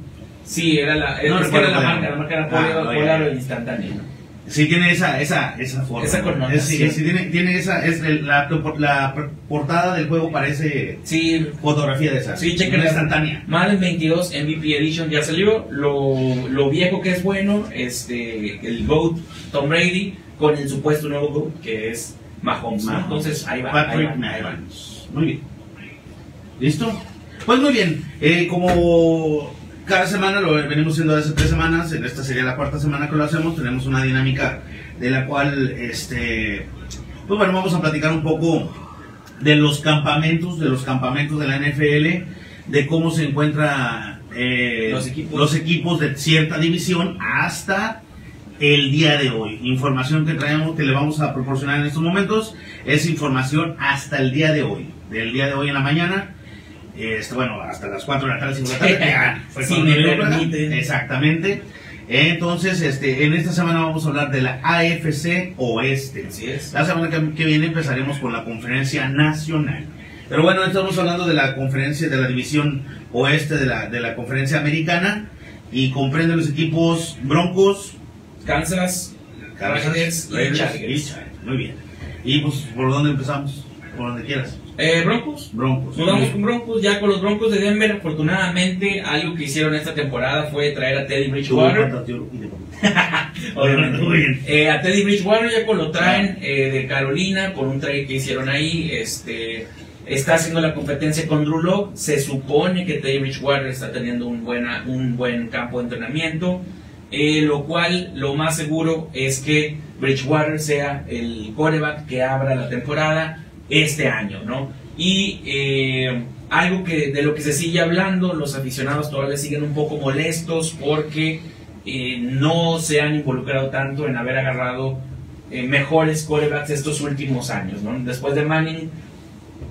[SPEAKER 2] Sí, era la,
[SPEAKER 3] No
[SPEAKER 2] es que era
[SPEAKER 3] recuerdo
[SPEAKER 2] la
[SPEAKER 3] cuál era.
[SPEAKER 2] marca, la marca era
[SPEAKER 3] Ah,
[SPEAKER 2] Polio,
[SPEAKER 3] no, ya,
[SPEAKER 2] Polaro
[SPEAKER 3] ya.
[SPEAKER 2] el instantáneo. ¿no?
[SPEAKER 3] Sí, tiene esa, esa, esa forma.
[SPEAKER 2] Esa connotación.
[SPEAKER 3] Es- Sí, sí, tiene, tiene esa, es el- la, la portada del juego parece
[SPEAKER 2] Sí,
[SPEAKER 3] fotografía de esa.
[SPEAKER 2] Sí, chequen
[SPEAKER 3] Una
[SPEAKER 2] la-
[SPEAKER 3] instantánea.
[SPEAKER 2] Madden 22 MVP Edition ya salió. Lo, lo viejo que es bueno, este, el GOAT Tom Brady con el supuesto nuevo GOAT que es Mahomes. ¿no?
[SPEAKER 3] Mahomes.
[SPEAKER 2] Entonces ahí va. ahí
[SPEAKER 3] Patrick
[SPEAKER 2] va, ahí va.
[SPEAKER 3] Mahomes. Muy bien. ¿Listo? Pues muy bien. eh, como cada semana lo venimos haciendo hace tres semanas, en esta sería la cuarta semana que lo hacemos, tenemos una dinámica de la cual, este, pues bueno, vamos a platicar un poco de los campamentos, de los campamentos de la NFL, de cómo se encuentra eh,
[SPEAKER 2] Los equipos.
[SPEAKER 3] los equipos de cierta división hasta el día de hoy. Información que traemos, que le vamos a proporcionar en estos momentos, es información hasta el día de hoy. Del día de hoy en la mañana, este, bueno, hasta las 4 de la tarde, 5 de la tarde. ya, fue
[SPEAKER 2] Si
[SPEAKER 3] cuando
[SPEAKER 2] me
[SPEAKER 3] dio, ¿verdad?
[SPEAKER 2] permiten.
[SPEAKER 3] Exactamente. Entonces, este, en esta semana vamos a hablar de la AFC Oeste.
[SPEAKER 2] Así es.
[SPEAKER 3] La semana que, que viene empezaremos con la conferencia nacional. Pero bueno, estamos hablando de la conferencia de la división oeste de la, de la conferencia americana y comprende los equipos Broncos,
[SPEAKER 2] Kansas, Raiders y
[SPEAKER 3] Raiders
[SPEAKER 2] Chargers.
[SPEAKER 3] y Chargers. Muy bien. Y pues, ¿por dónde empezamos? Por donde quieras.
[SPEAKER 2] eh, Broncos.
[SPEAKER 3] Broncos.
[SPEAKER 2] Nos vamos con Broncos, ya con los Broncos de Denver. Afortunadamente, algo que hicieron esta temporada fue traer a Teddy Bridgewater. Obviamente.
[SPEAKER 3] Muy bien.
[SPEAKER 2] Eh, a Teddy Bridgewater ya con lo traen eh, de Carolina por un trade que hicieron ahí. Este está haciendo la competencia con Drew Lock. Se supone que Teddy Bridgewater está teniendo un buena, un buen campo de entrenamiento. eh, lo cual lo más seguro es que Bridgewater sea el quarterback que abra la temporada este año, ¿no? Y eh, algo que de lo que se sigue hablando, los aficionados todavía siguen un poco molestos porque eh, no se han involucrado tanto en haber agarrado eh, mejores corebacks estos últimos años. ¿no? Después de Manning,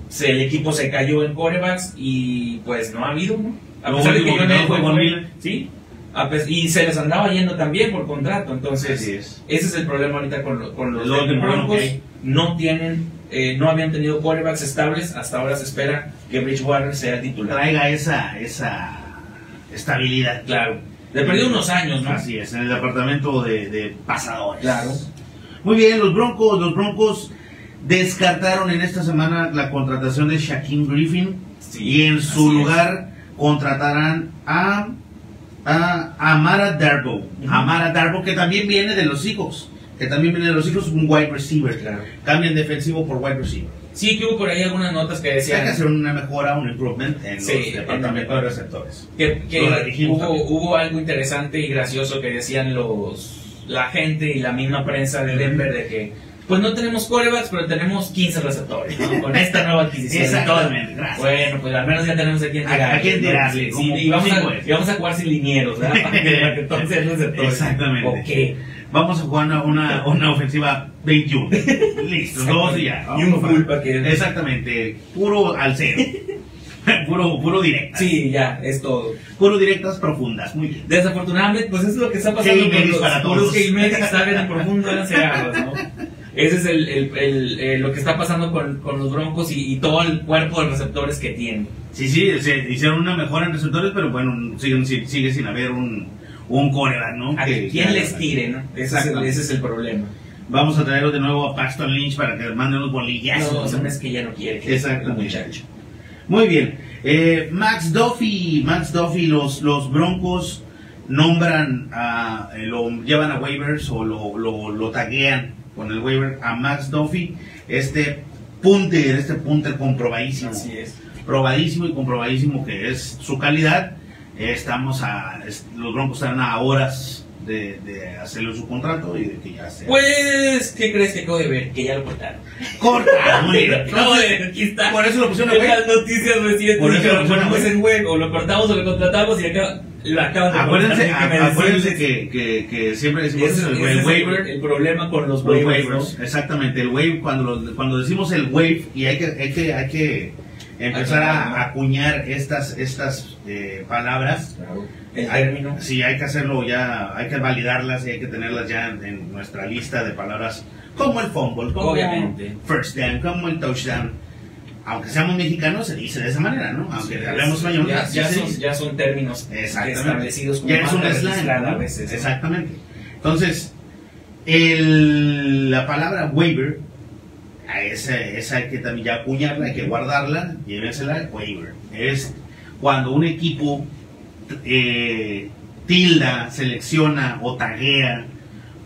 [SPEAKER 2] se- el equipo se cayó en corebacks y pues no ha habido. ¿no? A
[SPEAKER 3] Lo
[SPEAKER 2] pesar de que
[SPEAKER 3] último que
[SPEAKER 2] Lionel
[SPEAKER 3] no fue
[SPEAKER 2] fue-
[SPEAKER 3] con
[SPEAKER 2] fue-
[SPEAKER 3] Miller.
[SPEAKER 2] ¿sí? A pes- y se les andaba yendo también por contrato. Entonces,
[SPEAKER 3] Así es.
[SPEAKER 2] ese es el problema ahorita con, lo- con los
[SPEAKER 3] Los
[SPEAKER 2] Denver
[SPEAKER 3] Denver
[SPEAKER 2] Broncos.
[SPEAKER 3] Broncos.
[SPEAKER 2] No tienen, eh, no habían tenido corebacks estables. Hasta ahora se espera que Bridgewater sea titular.
[SPEAKER 3] Traiga esa, esa estabilidad.
[SPEAKER 2] Claro. Le perdió unos años, ¿no?
[SPEAKER 3] Así es, en el departamento de, de pasadores.
[SPEAKER 2] Claro.
[SPEAKER 3] Muy bien, los Broncos, los Broncos descartaron en esta semana la contratación de Shaquem Griffin
[SPEAKER 2] Sí,
[SPEAKER 3] y en
[SPEAKER 2] así
[SPEAKER 3] su
[SPEAKER 2] es.
[SPEAKER 3] lugar contratarán a, a Amara Darbo.
[SPEAKER 2] Ujú.
[SPEAKER 3] Amara Darbo que también viene de los Seahawks, que también viene de los Seahawks, un wide receiver.
[SPEAKER 2] Claro.
[SPEAKER 3] Cambian defensivo por wide receiver.
[SPEAKER 2] Sí, que hubo por ahí algunas notas que
[SPEAKER 3] Hay que
[SPEAKER 2] decían
[SPEAKER 3] hacer una mejora, un improvement en
[SPEAKER 2] Sí,
[SPEAKER 3] los departamentos de receptores.
[SPEAKER 2] que, que
[SPEAKER 3] Lo dijimos
[SPEAKER 2] hubo,
[SPEAKER 3] también.
[SPEAKER 2] hubo algo interesante y gracioso que decían los la gente y la misma prensa de Denver de que pues no tenemos corebacks, pero tenemos 15 receptores ¿no? con esta nueva adquisición.
[SPEAKER 3] Exactamente, gracias.
[SPEAKER 2] Bueno, pues al menos ya tenemos a quién
[SPEAKER 3] A-
[SPEAKER 2] tirarle.
[SPEAKER 3] a quién
[SPEAKER 2] ¿no?
[SPEAKER 3] tirarle,
[SPEAKER 2] Sí,
[SPEAKER 3] como
[SPEAKER 2] sí, y, vamos
[SPEAKER 3] cinco
[SPEAKER 2] a,
[SPEAKER 3] es.
[SPEAKER 2] y vamos a jugar sin linieros, ¿verdad? Para que- para que todos sean receptores.
[SPEAKER 3] Exactamente.
[SPEAKER 2] ¿O qué?
[SPEAKER 3] Vamos a jugar una, una, una ofensiva 21. Listo, dos y ya.
[SPEAKER 2] Y
[SPEAKER 3] Vamos
[SPEAKER 2] un
[SPEAKER 3] a jugar.
[SPEAKER 2] full para que-
[SPEAKER 3] Exactamente, puro al cero. puro, puro directas.
[SPEAKER 2] Sí, ya, es todo.
[SPEAKER 3] Puro directas profundas, muy bien.
[SPEAKER 2] Desafortunadamente, pues eso es lo que está pasando
[SPEAKER 3] Hail Marys
[SPEAKER 2] con los
[SPEAKER 3] para
[SPEAKER 2] con los
[SPEAKER 3] todos.
[SPEAKER 2] Hail Marys que están en el profundo de las aguas, ¿no? Ese es el, el- el- eh, lo que está pasando con, con los broncos y, y todo el cuerpo de receptores que tienen.
[SPEAKER 3] Sí, sí, se hicieron una mejora en receptores, pero bueno, siguen- si- sigue, sin haber un, un coreback, ¿no?
[SPEAKER 2] A
[SPEAKER 3] Que-
[SPEAKER 2] quién
[SPEAKER 3] que-
[SPEAKER 2] les tire, ¿no? Ese es, el,
[SPEAKER 3] Exactamente.
[SPEAKER 2] ese es el problema.
[SPEAKER 3] Vamos a traerlo de nuevo a Paxton Lynch para que mande unos bolillazos.
[SPEAKER 2] No, o sea,
[SPEAKER 3] ¿no?
[SPEAKER 2] no es que ya no quiere que el
[SPEAKER 3] Exactamente.
[SPEAKER 2] muchacho.
[SPEAKER 3] Muy bien. Eh, Max Duffy, Max Duffy, los, los Broncos nombran, a, eh, lo llevan a waivers o lo, lo, lo taguean con el waiver a Max Duffy, este punter, este punter comprobadísimo.
[SPEAKER 2] Así es.
[SPEAKER 3] probadísimo y comprobadísimo que es su calidad. Eh, Estamos a, es- los Broncos están a horas de, de hacerle su contrato y de que ya sea
[SPEAKER 2] Pues, ¿qué crees que acabo de ver? Que ya lo cortaron.
[SPEAKER 3] corta. Muy bien.
[SPEAKER 2] Acabo de ver, aquí está.
[SPEAKER 3] Por eso lo pusieron
[SPEAKER 2] En
[SPEAKER 3] güey.
[SPEAKER 2] las noticias recientes.
[SPEAKER 3] Por eso
[SPEAKER 2] que
[SPEAKER 3] lo
[SPEAKER 2] lo
[SPEAKER 3] pusieron
[SPEAKER 2] ponemos
[SPEAKER 3] güey.
[SPEAKER 2] en juego. O lo cortamos o lo contratamos y acá lo acaban de
[SPEAKER 3] Acuérdense,
[SPEAKER 2] cortar, ¿qué me
[SPEAKER 3] a- acuérdense
[SPEAKER 2] decís?
[SPEAKER 3] que, que, que siempre decimos
[SPEAKER 2] Ese-
[SPEAKER 3] el,
[SPEAKER 2] ese es el-
[SPEAKER 3] waiver.
[SPEAKER 2] el problema con los
[SPEAKER 3] Los waivers,
[SPEAKER 2] waivers, ¿no?
[SPEAKER 3] exactamente, el wave, cuando, los- cuando decimos el wave, y hay que, hay que, hay que empezar a acuñar estas, estas eh, palabras,
[SPEAKER 2] El
[SPEAKER 3] Hay-
[SPEAKER 2] término.
[SPEAKER 3] sí, hay que hacerlo ya, hay que validarlas y hay que tenerlas ya en, en nuestra lista de palabras, como el fumble, como
[SPEAKER 2] Obviamente.
[SPEAKER 3] first down, como el touchdown. Aunque seamos mexicanos, se dice de esa manera, ¿no? Aunque
[SPEAKER 2] Sí,
[SPEAKER 3] hablemos español,
[SPEAKER 2] ya,
[SPEAKER 3] así
[SPEAKER 2] ya
[SPEAKER 3] se
[SPEAKER 2] son,
[SPEAKER 3] dice.
[SPEAKER 2] ya son términos
[SPEAKER 3] Exactamente.
[SPEAKER 2] establecidos como
[SPEAKER 3] Ya es un
[SPEAKER 2] marca
[SPEAKER 3] slang.
[SPEAKER 2] registrada
[SPEAKER 3] ¿no?
[SPEAKER 2] a veces. ¿no?
[SPEAKER 3] Exactamente. Entonces, el- la palabra waiver, a esa, esa hay que también ya acuñarla, hay que guardarla, llévensela, waiver. Es cuando un equipo eh, tilda, selecciona o taguea,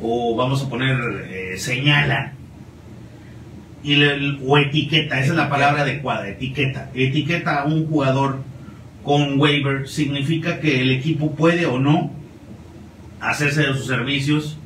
[SPEAKER 3] o vamos a poner eh, señala. Y le- o etiqueta, esa es la palabra adecuada, etiqueta. Etiqueta a un jugador con waiver significa que el equipo puede o no hacerse de sus servicios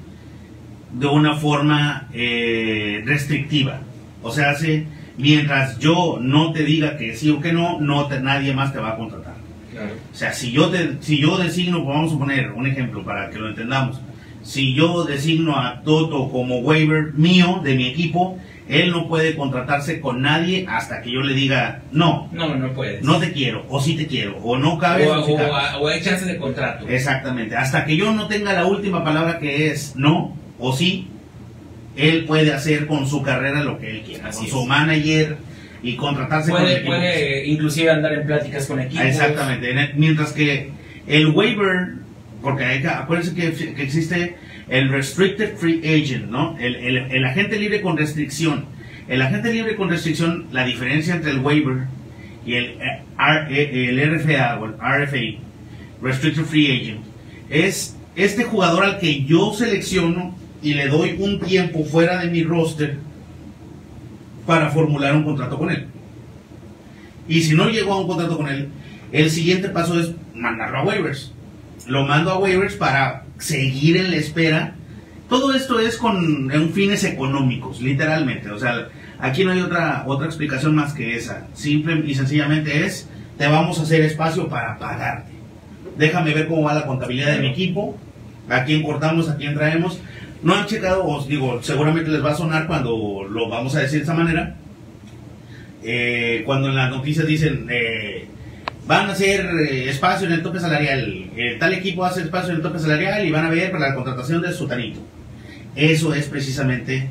[SPEAKER 3] de una forma eh, restrictiva. O sea, hace, mientras yo no te diga que sí o que no, no te- nadie más te va a contratar.
[SPEAKER 2] Claro.
[SPEAKER 3] O sea, si yo, te- si yo designo, pues vamos a poner un ejemplo para que lo entendamos, si yo designo a Toto como waiver mío de mi equipo, él no puede contratarse con nadie hasta que yo le diga, no,
[SPEAKER 2] No, no puedes.
[SPEAKER 3] no te quiero, o sí te quiero, o no cabes.
[SPEAKER 2] o,
[SPEAKER 3] o sí
[SPEAKER 2] o-
[SPEAKER 3] cabes.
[SPEAKER 2] o hay chance de contrato.
[SPEAKER 3] Eh, Exactamente. Hasta que yo no tenga la última palabra que es no o sí, él puede hacer con su carrera lo que él quiera,
[SPEAKER 2] Así
[SPEAKER 3] con
[SPEAKER 2] es.
[SPEAKER 3] su manager y contratarse con el
[SPEAKER 2] Puede,
[SPEAKER 3] equipo que sea.
[SPEAKER 2] puede inclusive andar en pláticas con equipos.
[SPEAKER 3] Exactamente. En el- Mientras que el waiver, porque hay que- acuérdense que, que existe el restricted free agent, ¿no? El, el- el agente libre con restricción. El agente libre con restricción, la diferencia entre el waiver y el, eh, R- eh, el RFA o el RFA, restricted free agent, es este jugador al que yo selecciono y le doy un tiempo fuera de mi roster para formular un contrato con él. Y si no llego a un contrato con él, el siguiente paso es mandarlo a waivers. Lo mando a waivers para seguir en la espera. Todo esto es con en fines económicos, literalmente. O sea, aquí no hay otra, otra explicación más que esa. Simple y sencillamente es, te vamos a hacer espacio para pagarte. Déjame ver cómo va la contabilidad de mi equipo, a quién cortamos, a quién traemos. No han checado, os digo, seguramente les va a sonar cuando lo vamos a decir de esa manera eh, cuando en las noticias dicen eh, van a hacer eh, espacio en el tope salarial, eh, tal equipo hace espacio en el tope salarial y van a ver para la contratación del sotanito. Eso es precisamente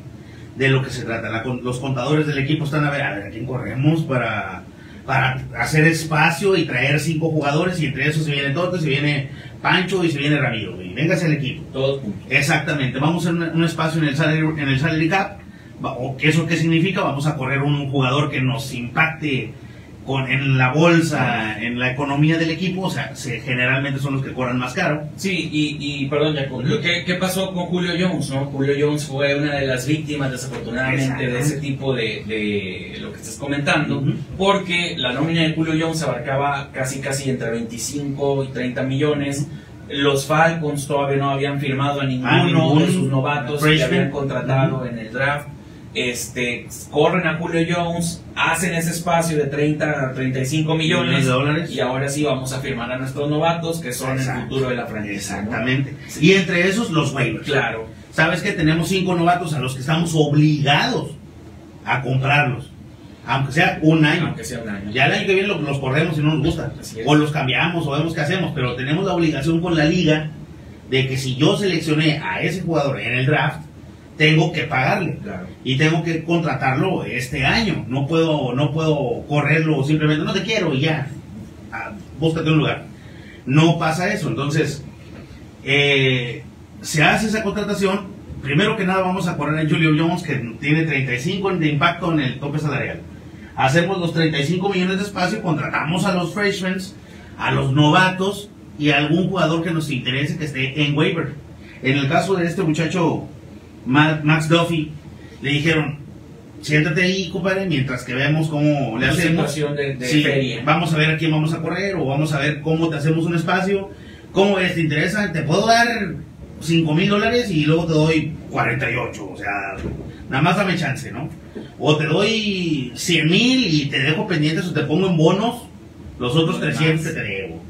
[SPEAKER 3] de lo que se trata. La con- los contadores del equipo están a ver, a ver, ¿a quién corremos para, para hacer espacio y traer cinco jugadores? Y entre esos se viene Toto, se viene Pancho y se viene Ramiro. Y véngase el equipo.
[SPEAKER 2] Todo junto.
[SPEAKER 3] Exactamente, vamos a hacer un, un espacio en el salary, en el salary cap. Va- o- ¿Eso qué significa? Vamos a correr un jugador que nos impacte con, en la bolsa, en la economía del equipo. O sea, se- generalmente son los que corren más caro.
[SPEAKER 2] Sí, y, y perdón, Jacob, lo que- ¿qué pasó con Julio Jones? no? Julio Jones fue una de las víctimas, desafortunadamente, de ese tipo de, de lo que estás comentando,
[SPEAKER 3] Ujú.
[SPEAKER 2] porque la nómina de Julio Jones abarcaba casi casi entre 25 y 30 millones. Los Falcons todavía no habían firmado a ninguno de
[SPEAKER 3] ningún
[SPEAKER 2] sus novatos que
[SPEAKER 3] Ah, freshman.
[SPEAKER 2] habían contratado en el draft. Este, corren a Julio Jones, hacen ese espacio de 30 a 35 millones
[SPEAKER 3] de dólares.
[SPEAKER 2] y ahora sí vamos a firmar a nuestros novatos que son
[SPEAKER 3] Exacto.
[SPEAKER 2] el futuro de la franquicia. ¿no?
[SPEAKER 3] Exactamente. Y entre esos, los waivers.
[SPEAKER 2] Claro,
[SPEAKER 3] Sabes que tenemos cinco novatos a los que estamos obligados a comprarlos, aunque sea un año.
[SPEAKER 2] aunque sea un año.
[SPEAKER 3] Ya el año que viene lo- los, corremos si no nos gusta.
[SPEAKER 2] Así es.
[SPEAKER 3] O los cambiamos o vemos qué hacemos. Pero tenemos la obligación con la liga de que si yo seleccioné a ese jugador en el draft, tengo que pagarle.
[SPEAKER 2] Claro.
[SPEAKER 3] Y tengo que contratarlo este año. No puedo, no puedo correrlo simplemente, no te quiero y ya. Ah, búscate un lugar. No pasa eso. Entonces, eh, se hace esa contratación. Primero que nada vamos a correr a Julio Jones, que tiene 35 de impacto en el tope salarial. Hacemos los 35 millones de espacio, contratamos a los freshmen, a los novatos y a algún jugador que nos interese que esté en waiver. En el caso de este muchacho, Ma- Max Duffy, le dijeron, siéntate ahí, compadre, mientras que vemos cómo le
[SPEAKER 2] Una
[SPEAKER 3] hacemos.
[SPEAKER 2] situación de, de
[SPEAKER 3] Sí,
[SPEAKER 2] feria.
[SPEAKER 3] vamos a ver a quién vamos a correr o vamos a ver cómo te hacemos un espacio. ¿Cómo es? ¿Te interesa? Te puedo dar 5 mil dólares y luego te doy 48. O sea, nada más dame chance, ¿no? O te doy 100 mil y te dejo pendientes o te pongo en bonos los otros
[SPEAKER 2] Lo
[SPEAKER 3] 300 que
[SPEAKER 2] demás.
[SPEAKER 3] te debo.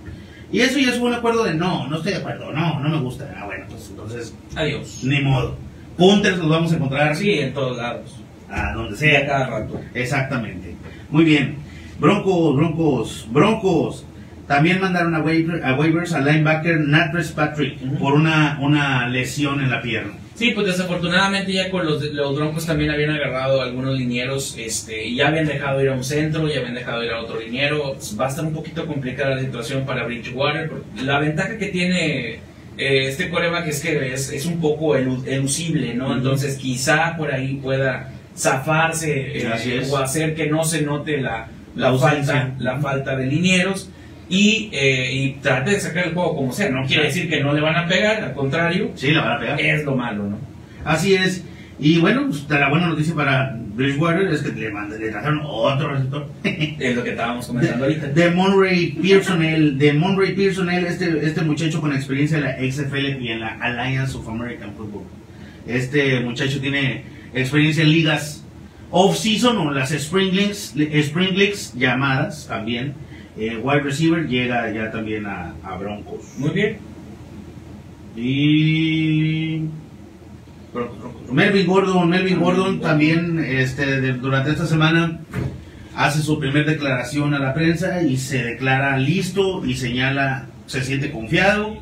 [SPEAKER 3] Y eso ya es un acuerdo de no, no estoy de acuerdo, no, no me gusta. Ah, bueno, pues entonces,
[SPEAKER 2] Adiós.
[SPEAKER 3] ni modo. Punters los vamos a encontrar
[SPEAKER 2] Sí, en todos lados.
[SPEAKER 3] a donde
[SPEAKER 2] Sí,
[SPEAKER 3] sea.
[SPEAKER 2] a cada rato.
[SPEAKER 3] Exactamente. Muy bien. Broncos, broncos, broncos. También mandaron a, waiver- a waivers al linebacker Natres Patrick
[SPEAKER 2] Ujú.
[SPEAKER 3] por una, una lesión en la pierna.
[SPEAKER 2] Sí, pues desafortunadamente ya con los, los broncos también habían agarrado algunos linieros, este, y ya habían dejado ir a un centro, ya habían dejado ir a otro liniero. Pues, Va a estar un poquito complicada la situación para Bridgewater. porque La ventaja que tiene eh, este coreback es que es, es un poco elu- elusible, ¿no?
[SPEAKER 3] Ujú.
[SPEAKER 2] Entonces quizá por ahí pueda zafarse eh,
[SPEAKER 3] Así es.
[SPEAKER 2] o hacer que no se note la,
[SPEAKER 3] La
[SPEAKER 2] la,
[SPEAKER 3] ausencia.
[SPEAKER 2] falta, la falta de linieros. Y, eh, y trate de sacar el juego como sea. No quiere decir que no le van a pegar, al contrario,
[SPEAKER 3] Sí, la van a pegar.
[SPEAKER 2] es lo malo, ¿no?
[SPEAKER 3] Así es. Y bueno, pues, la buena noticia para Bridgewater es que le, mand- le trajeron otro receptor.
[SPEAKER 2] Es lo que estábamos comentando ahorita.
[SPEAKER 3] De, de Monterey Pearson, el, de Monterey Pearson, el- este, este muchacho con experiencia en la XFL y en la Alliance of American Football. Este muchacho tiene experiencia en ligas off-season o las Spring Leagues, Spring Leagues llamadas también. Eh, wide receiver llega ya también a, a Broncos.
[SPEAKER 2] Muy bien.
[SPEAKER 3] Y
[SPEAKER 2] Broncos, broncos, broncos.
[SPEAKER 3] Melvin Gordon, Melvin
[SPEAKER 2] Melvin
[SPEAKER 3] Gordon
[SPEAKER 2] Gordon.
[SPEAKER 3] también este, de- durante esta semana hace su primera declaración a la prensa y se declara listo y señala, se siente confiado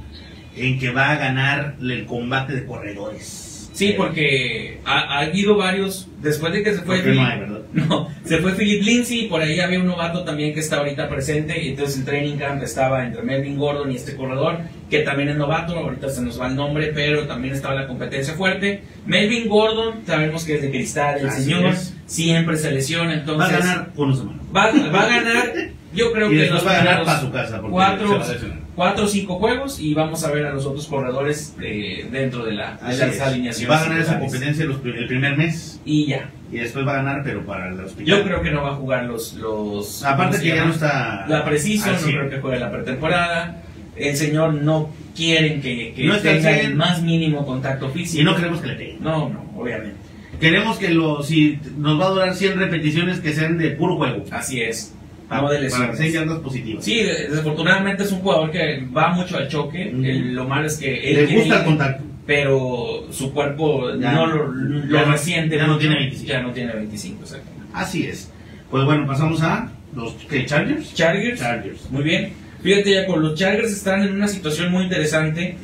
[SPEAKER 3] en que va a ganar el combate de corredores. Eh,
[SPEAKER 2] Sí, porque ha, ha habido varios. Después de que se fue.
[SPEAKER 3] Porque no hay,
[SPEAKER 2] Philip-
[SPEAKER 3] ¿verdad?
[SPEAKER 2] no, se fue Philip Lindsay. Por ahí había un novato también que está ahorita presente. Y entonces en Training Camp estaba entre Melvin Gordon y este corredor, que también es novato. Ahorita se nos va el nombre, pero también estaba la competencia fuerte. Melvin Gordon, sabemos que es de cristal, el
[SPEAKER 3] Así
[SPEAKER 2] señor.
[SPEAKER 3] es.
[SPEAKER 2] Siempre se lesiona. Entonces.
[SPEAKER 3] va a ganar con una semana.
[SPEAKER 2] Va, va a ganar. Yo creo
[SPEAKER 3] Y
[SPEAKER 2] que los
[SPEAKER 3] después va a ganar
[SPEAKER 2] primeros-
[SPEAKER 3] para su casa. Porque
[SPEAKER 2] cuatro-
[SPEAKER 3] se va a lesionar.
[SPEAKER 2] cuatro o cinco juegos y vamos a ver a los otros corredores eh, dentro de la, de
[SPEAKER 3] Así
[SPEAKER 2] las
[SPEAKER 3] es.
[SPEAKER 2] alineaciones.
[SPEAKER 3] Va a ganar esa
[SPEAKER 2] titulares.
[SPEAKER 3] competencia los pri- el primer mes
[SPEAKER 2] Y ya.
[SPEAKER 3] y después va a ganar, pero para los
[SPEAKER 2] Yo creo que no va a jugar los. los
[SPEAKER 3] Aparte
[SPEAKER 2] ¿cómo
[SPEAKER 3] que
[SPEAKER 2] se
[SPEAKER 3] ya no
[SPEAKER 2] llama?
[SPEAKER 3] está. Ah,
[SPEAKER 2] La Precision,
[SPEAKER 3] Así
[SPEAKER 2] no creo que juegue la pretemporada. El señor no quieren que, que
[SPEAKER 3] No está
[SPEAKER 2] tenga
[SPEAKER 3] bien.
[SPEAKER 2] el más mínimo contacto
[SPEAKER 3] es.
[SPEAKER 2] físico.
[SPEAKER 3] Y no queremos que le peguen.
[SPEAKER 2] no, no, obviamente.
[SPEAKER 3] Queremos que lo, si nos va a durar 100 repeticiones que sean de puro juego.
[SPEAKER 2] Así es.
[SPEAKER 3] Para,
[SPEAKER 2] Ah, No de
[SPEAKER 3] Ah, para que
[SPEAKER 2] lesiones.
[SPEAKER 3] sean yardas positivas.
[SPEAKER 2] Sí, de- desafortunadamente es un jugador que va mucho al choque.
[SPEAKER 3] Ujú.
[SPEAKER 2] El- lo malo es que él
[SPEAKER 3] Le
[SPEAKER 2] quiere
[SPEAKER 3] gusta el
[SPEAKER 2] ir,
[SPEAKER 3] contacto.
[SPEAKER 2] pero su cuerpo
[SPEAKER 3] Ya
[SPEAKER 2] no
[SPEAKER 3] no.
[SPEAKER 2] lo, lo
[SPEAKER 3] Ya no-
[SPEAKER 2] resiente.
[SPEAKER 3] ya no
[SPEAKER 2] mucho.
[SPEAKER 3] tiene 25.
[SPEAKER 2] Ya no tiene 25, exactamente.
[SPEAKER 3] Así es. Pues bueno, pasamos a los ¿qué, Chargers.
[SPEAKER 2] Chargers,
[SPEAKER 3] Chargers.
[SPEAKER 2] muy bien. Fíjate ya, con los Chargers están en una situación muy interesante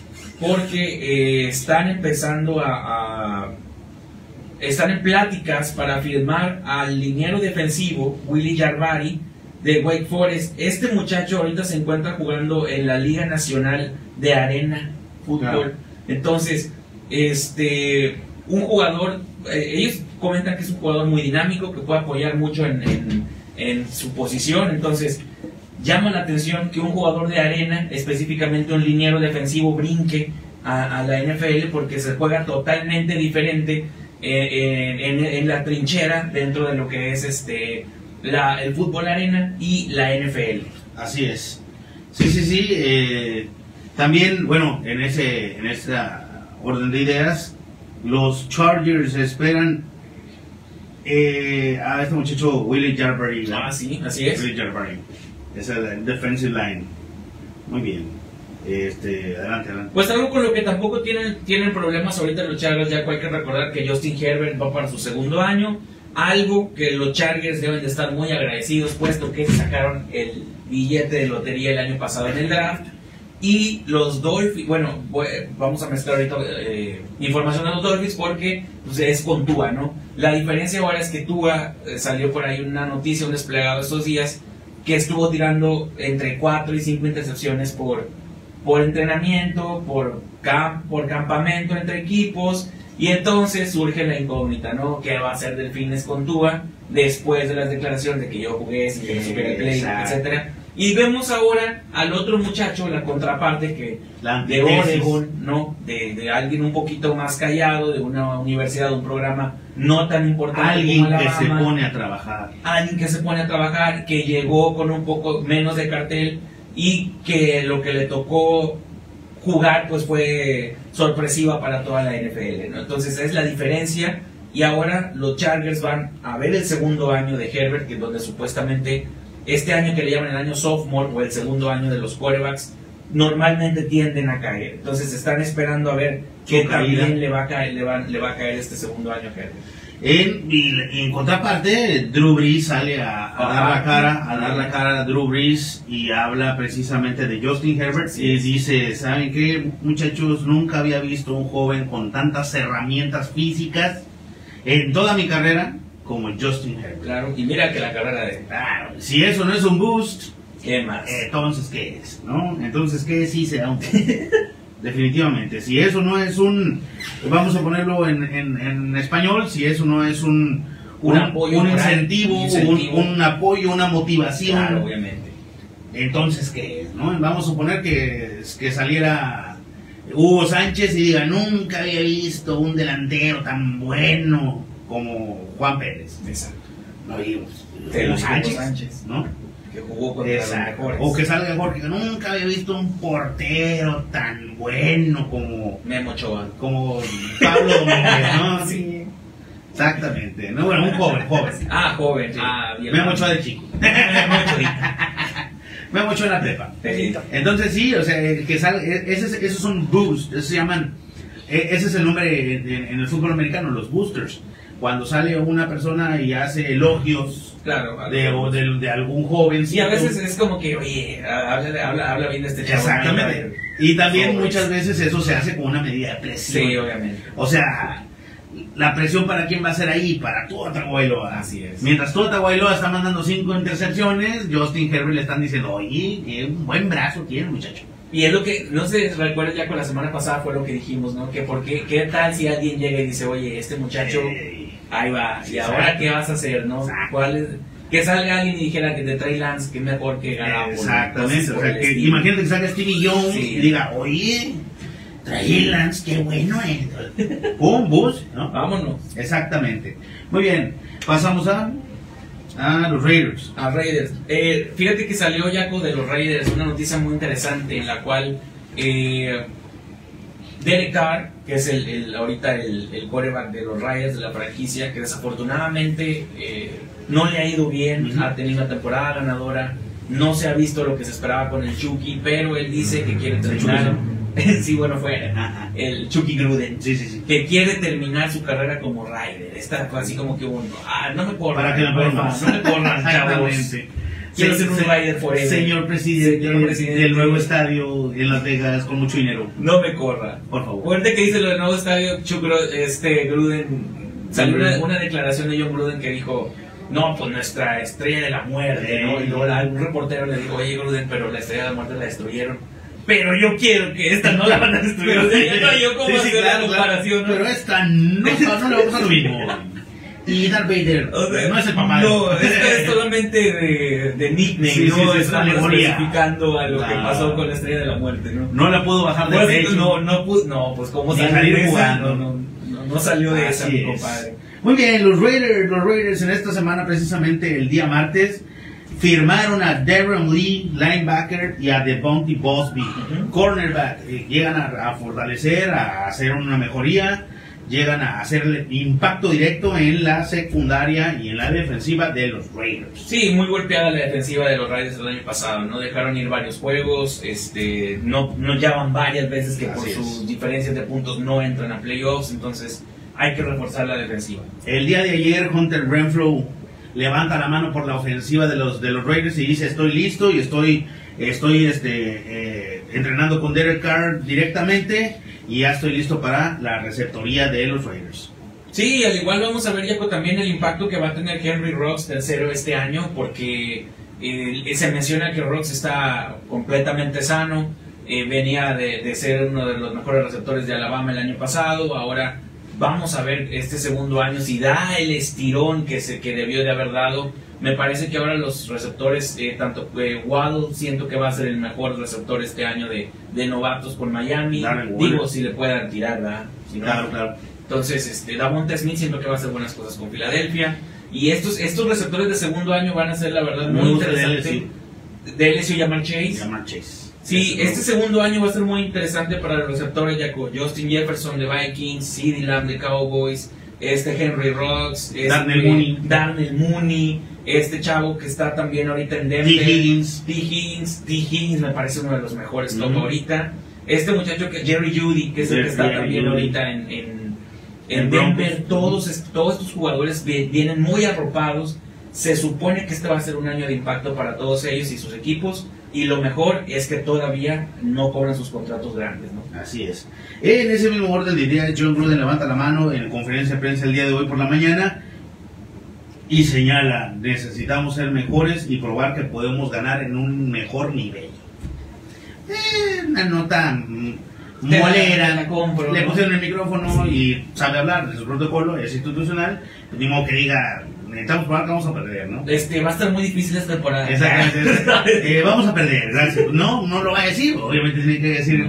[SPEAKER 2] porque eh, están empezando a, a- Están en pláticas para firmar al liniero defensivo, Willy Jarvari, de Wake Forest. Este muchacho ahorita se encuentra jugando en la Liga Nacional de Arena Fútbol.
[SPEAKER 3] Claro.
[SPEAKER 2] Entonces, este, un jugador, eh, ellos comentan que es un jugador muy dinámico, que puede apoyar mucho en, en- en su posición. Entonces, llama la atención que un jugador de arena, específicamente un liniero defensivo, brinque a, a la NFL porque se juega totalmente diferente eh, en, en- en la trinchera dentro de lo que es este la- el fútbol arena y la NFL.
[SPEAKER 3] Así es. Sí, sí, sí. eh, también, bueno, en ese, en esta orden de ideas, los Chargers esperan eh, a este muchacho Willie Jarberry. ¿no?
[SPEAKER 2] Ah, sí, así es.
[SPEAKER 3] Billy Jarberry. Esa es la defensive line. Muy bien. Este, adelante, adelante.
[SPEAKER 2] Pues algo con lo que tampoco tienen, tienen problemas ahorita los Chargers, ya que hay que recordar que Justin Herbert va para su segundo año, algo que los Chargers deben de estar muy agradecidos, puesto que sacaron el billete de lotería el año pasado en el draft, y los Dolphins, bueno, voy- vamos a mezclar ahorita eh, información de los Dolphins porque pues, es con Tua, ¿no? La diferencia ahora es que Tua eh, salió por ahí una noticia, un desplegado estos días, que estuvo tirando entre 4 y 5 intercepciones por, por entrenamiento, por, cam- por campamento entre equipos, y entonces surge la incógnita, ¿no? ¿Qué va a hacer Delfines con Tua después de las declaraciones de que yo jugué sin que me supiera el play,
[SPEAKER 3] Exacto.
[SPEAKER 2] etcétera? Y vemos ahora al otro muchacho, la contraparte que
[SPEAKER 3] La
[SPEAKER 2] de
[SPEAKER 3] antítesis.
[SPEAKER 2] Oregon, ¿no? De, de alguien un poquito más callado, de una universidad, de un programa no tan importante
[SPEAKER 3] Alguien
[SPEAKER 2] como
[SPEAKER 3] que se
[SPEAKER 2] Alabama.
[SPEAKER 3] pone a trabajar.
[SPEAKER 2] alguien que se pone a trabajar, que llegó con un poco menos de cartel y que lo que le tocó jugar pues fue sorpresiva para toda la NFL, ¿no? Entonces es la diferencia y ahora los Chargers van a ver el segundo año de Herbert, que es donde supuestamente este año que le llaman el año sophomore o el segundo año de los quarterbacks normalmente tienden a caer. Entonces están esperando a ver qué
[SPEAKER 3] Su caída.
[SPEAKER 2] también le va a caer, le va- le va a caer este segundo año a Herbert.
[SPEAKER 3] En, y en contraparte, Drew Brees sale a, a dar la
[SPEAKER 2] Ajá.
[SPEAKER 3] cara, a dar la cara a Drew Brees y habla precisamente de Justin Herbert
[SPEAKER 2] Así
[SPEAKER 3] y
[SPEAKER 2] es.
[SPEAKER 3] dice, ¿saben qué? Muchachos, nunca había visto un joven con tantas herramientas físicas en toda mi carrera como Justin Herbert.
[SPEAKER 2] Claro, y mira que la carrera de... Eh,
[SPEAKER 3] Claro, si eso no es un boost,
[SPEAKER 2] ¿Qué más?
[SPEAKER 3] Eh, entonces ¿qué es? ¿No? Entonces ¿qué sí será un boost. Definitivamente, si eso no es un, vamos a ponerlo en, en- en español, si eso no es un,
[SPEAKER 2] Un apoyo
[SPEAKER 3] un
[SPEAKER 2] moral,
[SPEAKER 3] incentivo,
[SPEAKER 2] un
[SPEAKER 3] un,
[SPEAKER 2] incentivo.
[SPEAKER 3] un apoyo, una motivación,
[SPEAKER 2] Claro, obviamente.
[SPEAKER 3] entonces ¿qué es? ¿No? Vamos a suponer que, que saliera Hugo Sánchez y diga, nunca había visto un delantero tan bueno como Juan Pérez.
[SPEAKER 2] Exacto.
[SPEAKER 3] No vimos.
[SPEAKER 2] Te lo
[SPEAKER 3] Hugo
[SPEAKER 2] digo,
[SPEAKER 3] Sánchez,
[SPEAKER 2] Sánchez.
[SPEAKER 3] ¿no?
[SPEAKER 2] Que jugó contra
[SPEAKER 3] Exacto.
[SPEAKER 2] los mejores.
[SPEAKER 3] O que salga Jorge, que nunca había visto un portero tan bueno como,
[SPEAKER 2] Memo Ochoa.
[SPEAKER 3] como Pablo Domínguez, ¿no?
[SPEAKER 2] Sí.
[SPEAKER 3] Exactamente. No, bueno, un joven, joven.
[SPEAKER 2] Ah, joven.
[SPEAKER 3] Sí.
[SPEAKER 2] Ah, bien.
[SPEAKER 3] Memo Ochoa de chico.
[SPEAKER 2] Memo Ochoa.
[SPEAKER 3] Memo Ochoa en la prepa.
[SPEAKER 2] Sí.
[SPEAKER 3] Entonces sí, o sea, el que sale, e- ese, es- eso es un boost, eso se llaman, e- ese es el nombre en, en- en el fútbol americano, los boosters. Cuando sale una persona y hace elogios
[SPEAKER 2] Claro.
[SPEAKER 3] de, o de- de algún joven.
[SPEAKER 2] Y a veces es como que, oye, habla, habla, habla bien de este chavo.
[SPEAKER 3] Exactamente. Y también
[SPEAKER 2] Sobre.
[SPEAKER 3] muchas veces eso se hace como una medida de presión.
[SPEAKER 2] Sí, obviamente.
[SPEAKER 3] O sea, la presión para quién va a ser ahí, para Tua Tagovailoa.
[SPEAKER 2] Así es.
[SPEAKER 3] Mientras Tua Tagovailoa está mandando cinco intercepciones, Justin Herbert le están diciendo, oye, qué buen brazo tiene muchacho.
[SPEAKER 2] Y es lo que, no sé, recuerdas ya con la semana pasada fue lo que dijimos, ¿no? Que por qué, qué tal si alguien llega y dice, oye, este muchacho,
[SPEAKER 3] Eh,
[SPEAKER 2] ahí va, y
[SPEAKER 3] Exacto.
[SPEAKER 2] ahora qué vas a hacer, ¿no?
[SPEAKER 3] Exacto.
[SPEAKER 2] ¿Cuál es? Que salga alguien y dijera que de Trey Lance, que es mejor que Garoppolo.
[SPEAKER 3] Exactamente.
[SPEAKER 2] Entonces,
[SPEAKER 3] O
[SPEAKER 2] por
[SPEAKER 3] sea,
[SPEAKER 2] el
[SPEAKER 3] que
[SPEAKER 2] estilo.
[SPEAKER 3] imagínate que salga Stevie Jones
[SPEAKER 2] Sí.
[SPEAKER 3] y diga, oye, trae Lance, qué bueno es. Pum, bus, ¿no?
[SPEAKER 2] Vámonos.
[SPEAKER 3] Exactamente. Muy bien, pasamos a, a los Raiders.
[SPEAKER 2] A Raiders. Eh, fíjate que salió Jaco de los Raiders una noticia muy interesante en la cual eh, Derek Carr, que es el, el- ahorita el, el quarterback de los Raiders de la franquicia, que desafortunadamente eh, no le ha ido bien,
[SPEAKER 3] Ujú.
[SPEAKER 2] ha tenido una temporada ganadora, no se ha visto lo que se esperaba con el Chucky, pero él dice que quiere
[SPEAKER 3] El Chucky,
[SPEAKER 2] terminar. sí, bueno, fue
[SPEAKER 3] Ajá.
[SPEAKER 2] el Chucky Gruden.
[SPEAKER 3] Sí, sí, sí.
[SPEAKER 2] Que quiere terminar su carrera como Raider. Está así como que uno. Ah, no me corran.
[SPEAKER 3] Para que me
[SPEAKER 2] porfa,
[SPEAKER 3] corran.
[SPEAKER 2] No me corran, chavos.
[SPEAKER 3] Exactamente.
[SPEAKER 2] Quiero
[SPEAKER 3] Se-
[SPEAKER 2] ser un
[SPEAKER 3] se-
[SPEAKER 2] Raider forever.
[SPEAKER 3] Señor presidente,
[SPEAKER 2] Señor presidente.
[SPEAKER 3] del nuevo estadio en Las Vegas con mucho dinero,
[SPEAKER 2] No me corra.
[SPEAKER 3] por favor.
[SPEAKER 2] Acuérdate que dice lo del nuevo estadio, Chuck Gro- este, Gruden. Salió una, una declaración de John Gruden que dijo: No, pues nuestra estrella de la muerte, ¿no? Y luego la- algún reportero le dijo: Oye, Gruden, pero la estrella de la muerte la destruyeron. Pero yo quiero que esta no la van a destruir. O sea, ya no, yo como
[SPEAKER 3] Sí, sí,
[SPEAKER 2] hacer
[SPEAKER 3] claro,
[SPEAKER 2] la
[SPEAKER 3] claro.
[SPEAKER 2] comparación. ¿no?
[SPEAKER 3] Pero esta no, no le vamos a lo mismo. Y Darth Vader
[SPEAKER 2] O sea,
[SPEAKER 3] no es el papá.
[SPEAKER 2] No, esto es solamente de, de nickname,
[SPEAKER 3] Sí, sí,
[SPEAKER 2] no
[SPEAKER 3] sí, es
[SPEAKER 2] estamos
[SPEAKER 3] alegoría.
[SPEAKER 2] especificando a lo que
[SPEAKER 3] Ah.
[SPEAKER 2] pasó con la estrella de la muerte, ¿no?
[SPEAKER 3] No la puedo bajar Ah, de
[SPEAKER 2] Pues,
[SPEAKER 3] pecho.
[SPEAKER 2] no, no, pues, no, pues cómo
[SPEAKER 3] Ni
[SPEAKER 2] salió
[SPEAKER 3] salir
[SPEAKER 2] de esa?
[SPEAKER 3] jugando.
[SPEAKER 2] No, no, no, no salió de esa,
[SPEAKER 3] Ah, Así
[SPEAKER 2] mi
[SPEAKER 3] es.
[SPEAKER 2] compadre.
[SPEAKER 3] Muy bien, los Raiders, los Raiders en esta semana, precisamente el día martes, firmaron a Darren Lee, linebacker, y a Devontae Bosby,
[SPEAKER 2] Ujú.
[SPEAKER 3] cornerback. Eh, llegan a, a fortalecer, a hacer una mejoría, llegan a hacer impacto directo en la secundaria y en la defensiva de los Raiders.
[SPEAKER 2] Sí, muy golpeada la defensiva de los Raiders el año pasado, ¿no? Dejaron ir varios juegos, este, no, no ya van varias veces que por
[SPEAKER 3] Así es.
[SPEAKER 2] sus diferencias de puntos no entran a playoffs, entonces hay que reforzar la defensiva.
[SPEAKER 3] El día de ayer, Hunter Renfro levanta la mano por la ofensiva de los, de los Raiders y dice estoy listo y estoy, estoy este, eh, entrenando con Derek Carr directamente y ya estoy listo para la receptoría de los Raiders.
[SPEAKER 2] Sí, al igual vamos a ver, Jaco, también el impacto que va a tener Henry Rocks tercero este año, porque eh, se menciona que Rocks está completamente sano, eh, venía de, de ser uno de los mejores receptores de Alabama el año pasado, ahora Vamos a ver este segundo año si da el estirón que, se, que debió de haber dado. Me parece que ahora los receptores, eh, tanto eh, Waddle, siento que va a ser el mejor receptor este año de, de novatos con Miami.
[SPEAKER 3] Darren Waller.
[SPEAKER 2] Digo, si le puedan tirar, ¿verdad? Si no,
[SPEAKER 3] Claro, claro.
[SPEAKER 2] entonces, este, Davonta Smith siento que va a hacer buenas cosas con Filadelfia. Y estos, estos receptores de segundo año van a ser, la verdad,
[SPEAKER 3] Me
[SPEAKER 2] muy
[SPEAKER 3] gusta el
[SPEAKER 2] interesantes. De LSU y Jamar Chase.
[SPEAKER 3] Llamar Chase.
[SPEAKER 2] Sí,
[SPEAKER 3] Eso,
[SPEAKER 2] este segundo año va a ser muy interesante para los receptores, ya con Justin Jefferson de Vikings, CeeDee Lamb de Cowboys, este Henry Rocks, este
[SPEAKER 3] Darnell Mooney.
[SPEAKER 2] Darnell Mooney, este chavo que está también ahorita en
[SPEAKER 3] T.
[SPEAKER 2] Denver.
[SPEAKER 3] Higgins.
[SPEAKER 2] T. Higgins, T. Higgins me parece uno de los mejores top
[SPEAKER 3] Ujú.
[SPEAKER 2] ahorita. Este muchacho que Jerry Judy, que es el que
[SPEAKER 3] Jerry
[SPEAKER 2] está también
[SPEAKER 3] Jeudy.
[SPEAKER 2] ahorita en, en, en
[SPEAKER 3] En
[SPEAKER 2] Denver,
[SPEAKER 3] Broncos.
[SPEAKER 2] todos, es- todos estos jugadores vi- vienen muy arropados. Se supone que este va a ser un año de impacto para todos ellos y sus equipos. Y lo mejor es que todavía no cobran sus contratos grandes, ¿no?
[SPEAKER 3] Así es. En ese mismo orden de ideas, John Gruden levanta la mano en conferencia de prensa el día de hoy por la mañana y señala, necesitamos ser mejores y probar que podemos ganar en un mejor nivel. Eh, una nota mm,
[SPEAKER 2] Te la-
[SPEAKER 3] molera.
[SPEAKER 2] te la compro,
[SPEAKER 3] Le
[SPEAKER 2] ¿no?
[SPEAKER 3] pusieron el micrófono y sabe hablar de su protocolo, es institucional. Pues, ni modo que diga, necesitamos probar que vamos a perder, ¿no?
[SPEAKER 2] Este, va a estar muy difícil esta temporada.
[SPEAKER 3] Exactamente. Eh, vamos a perder, gracias. No, no lo va a decir, obviamente tiene que decir